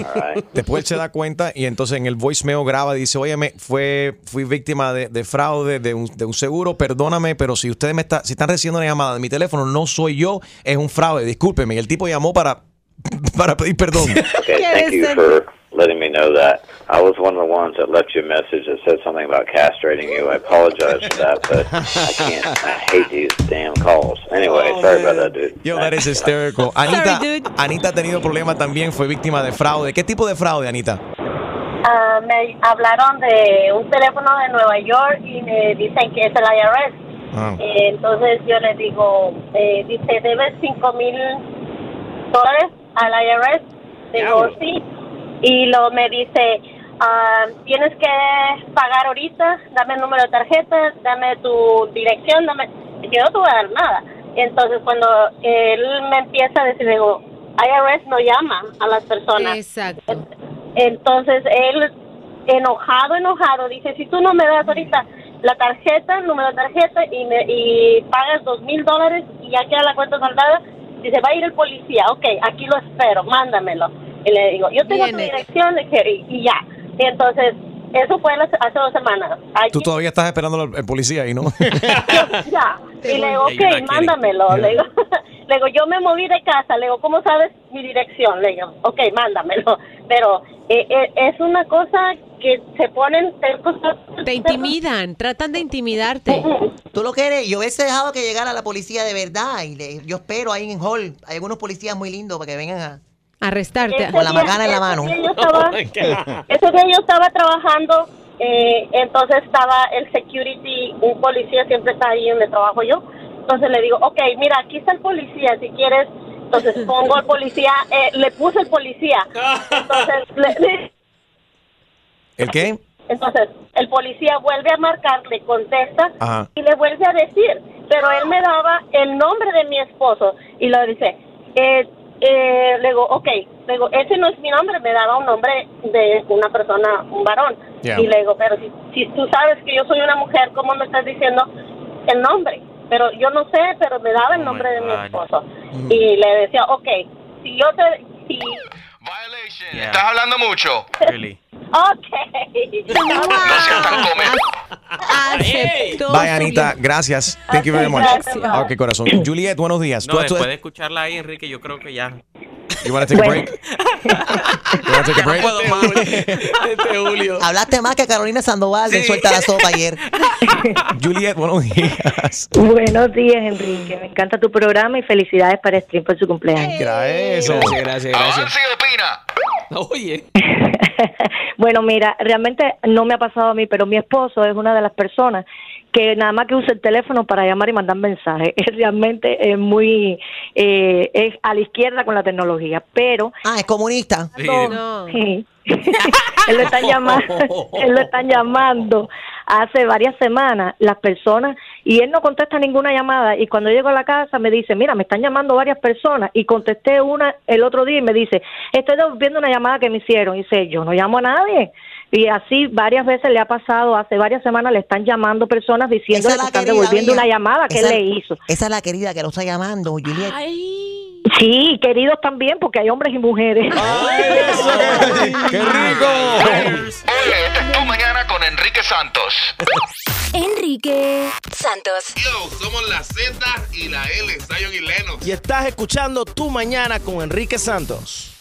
S23: All right.
S1: Después él se da cuenta y entonces en el voicemail graba y dice, oye, fue, fui víctima de, de fraude, de un, de un seguro, perdóname, pero si ustedes me está, si están recibiendo una llamada de mi teléfono, no soy yo, es un fraude, discúlpeme. Y el tipo llamó para, para pedir perdón.
S23: Okay, thank you for letting me know that. I was one of the ones that left you a message that said something about castrating you. I apologize for that, but I can't. I hate these damn calls. Anyway, sorry about that, dude.
S1: Yo, that is hysterical. Anita, Anita ha tenido problemas también, fue víctima de fraude. ¿Qué tipo de fraude, Anita?
S25: Ah, me hablaron de un teléfono de Nueva York y me dicen que es el IRS.
S4: Ah,
S25: Eh, entonces yo les digo, eh, dice, debes 5 mil dólares al IRS. Digo,
S12: Diablo.
S25: sí. Y luego me dice, ah, tienes que pagar ahorita, dame el número de tarjeta, dame tu dirección, dame... Yo no te voy a dar nada. Entonces cuando él me empieza a decir, digo, IRS no llama a las personas.
S6: Exacto.
S25: Entonces él, enojado, enojado, dice, si tú no me das ahorita la tarjeta, el número de tarjeta y, me, y pagas dos mil dólares y ya queda la cuenta saldada, dice, va a ir el policía, ok, aquí lo espero, mándamelo. Y le digo, yo tengo tu
S6: Viene.
S25: dirección, le dije, y, y ya. Y entonces, eso fue las- hace dos semanas. Ay,
S4: Tú todavía estás esperando al al policía ahí, ¿no?
S25: ya. Y le digo,
S4: Ella la quiere.
S25: ok, mándamelo. Le digo, le digo, yo me moví de casa. Le digo, ¿cómo sabes mi dirección? Le digo, ok, mándamelo. Pero eh, eh, es una cosa que se ponen...
S6: Te intimidan, tratan de intimidarte.
S7: Tú lo quieres, yo hubiese dejado que llegara la policía de verdad. y le- Yo espero ahí en Hall. Hay algunos policías muy lindos para que vengan a.
S6: Arrestarte.
S7: Con la macana en la mano.
S25: Ese día yo estaba- Ese día yo estaba trabajando, eh, entonces estaba el security, un policía siempre está ahí donde trabajo yo. Entonces le digo, ok, mira, aquí está el policía, si quieres. Entonces pongo al policía, eh, le puse el policía. Entonces, le- le-
S4: ¿El qué?
S25: entonces el policía vuelve a marcar, le contesta
S4: Ajá.
S25: y le vuelve a decir, pero él me daba el nombre de mi esposo y le dice, eh, eh, le digo, ok, le digo, ese no es mi nombre, me daba un nombre de una persona, un varón.
S3: Yeah.
S25: Y le digo, pero si, si tú sabes que yo soy una mujer, ¿cómo me estás diciendo el nombre? Pero yo no sé, pero me daba el nombre de mi esposo. Y le decía, ok, si yo te... Si,
S18: Estás hablando mucho.
S25: ok.
S18: No seas tan come.
S25: Aceptó
S4: Bye,
S25: su
S4: Anita. Gracias. Thank you very much.
S25: Gracias.
S4: Ok, corazón. Juliet, buenos días.
S9: No,
S4: Tú- tú-
S9: después de escucharla ahí, Enrique, yo creo que ya.
S4: you wanna take a break? You wanna take a break?
S7: Hablaste más que Carolina Sandoval de Suelta la Sopa ayer.
S4: Juliet, buenos días.
S3: Buenos días, Enrique. Me encanta tu programa y felicidades para Stream por su cumpleaños.
S4: Gracias.
S5: Gracias, gracias, gracias.
S9: Oye.
S3: Bueno, mira, realmente no me ha pasado a mí, pero mi esposo es una de las personas que nada más que usa el teléfono para llamar y mandar mensajes. Es realmente eh, muy eh, es a la izquierda con la tecnología, pero
S7: ah, es comunista.
S3: Sí. Sí. él lo están llamando, él lo están llamando hace varias semanas las personas y él no contesta ninguna llamada y cuando llego a la casa me dice, mira, me están llamando varias personas y contesté una el otro día y me dice, estoy devolviendo una llamada que me hicieron y dice, yo no llamo a nadie. Y así varias veces le ha pasado, hace varias semanas le están llamando personas diciendo que están devolviendo una llamada que él le hizo.
S7: Esa es la querida que lo está llamando, Juliet.
S3: Sí, queridos también, porque hay hombres y mujeres.
S4: ¡Qué rico!
S18: Oye, esta es tu mañana con Enrique Santos.
S2: Enrique Santos.
S10: Somos la Z y la L, Zion y Leno.
S12: Y estás escuchando Tu Mañana con Enrique Santos.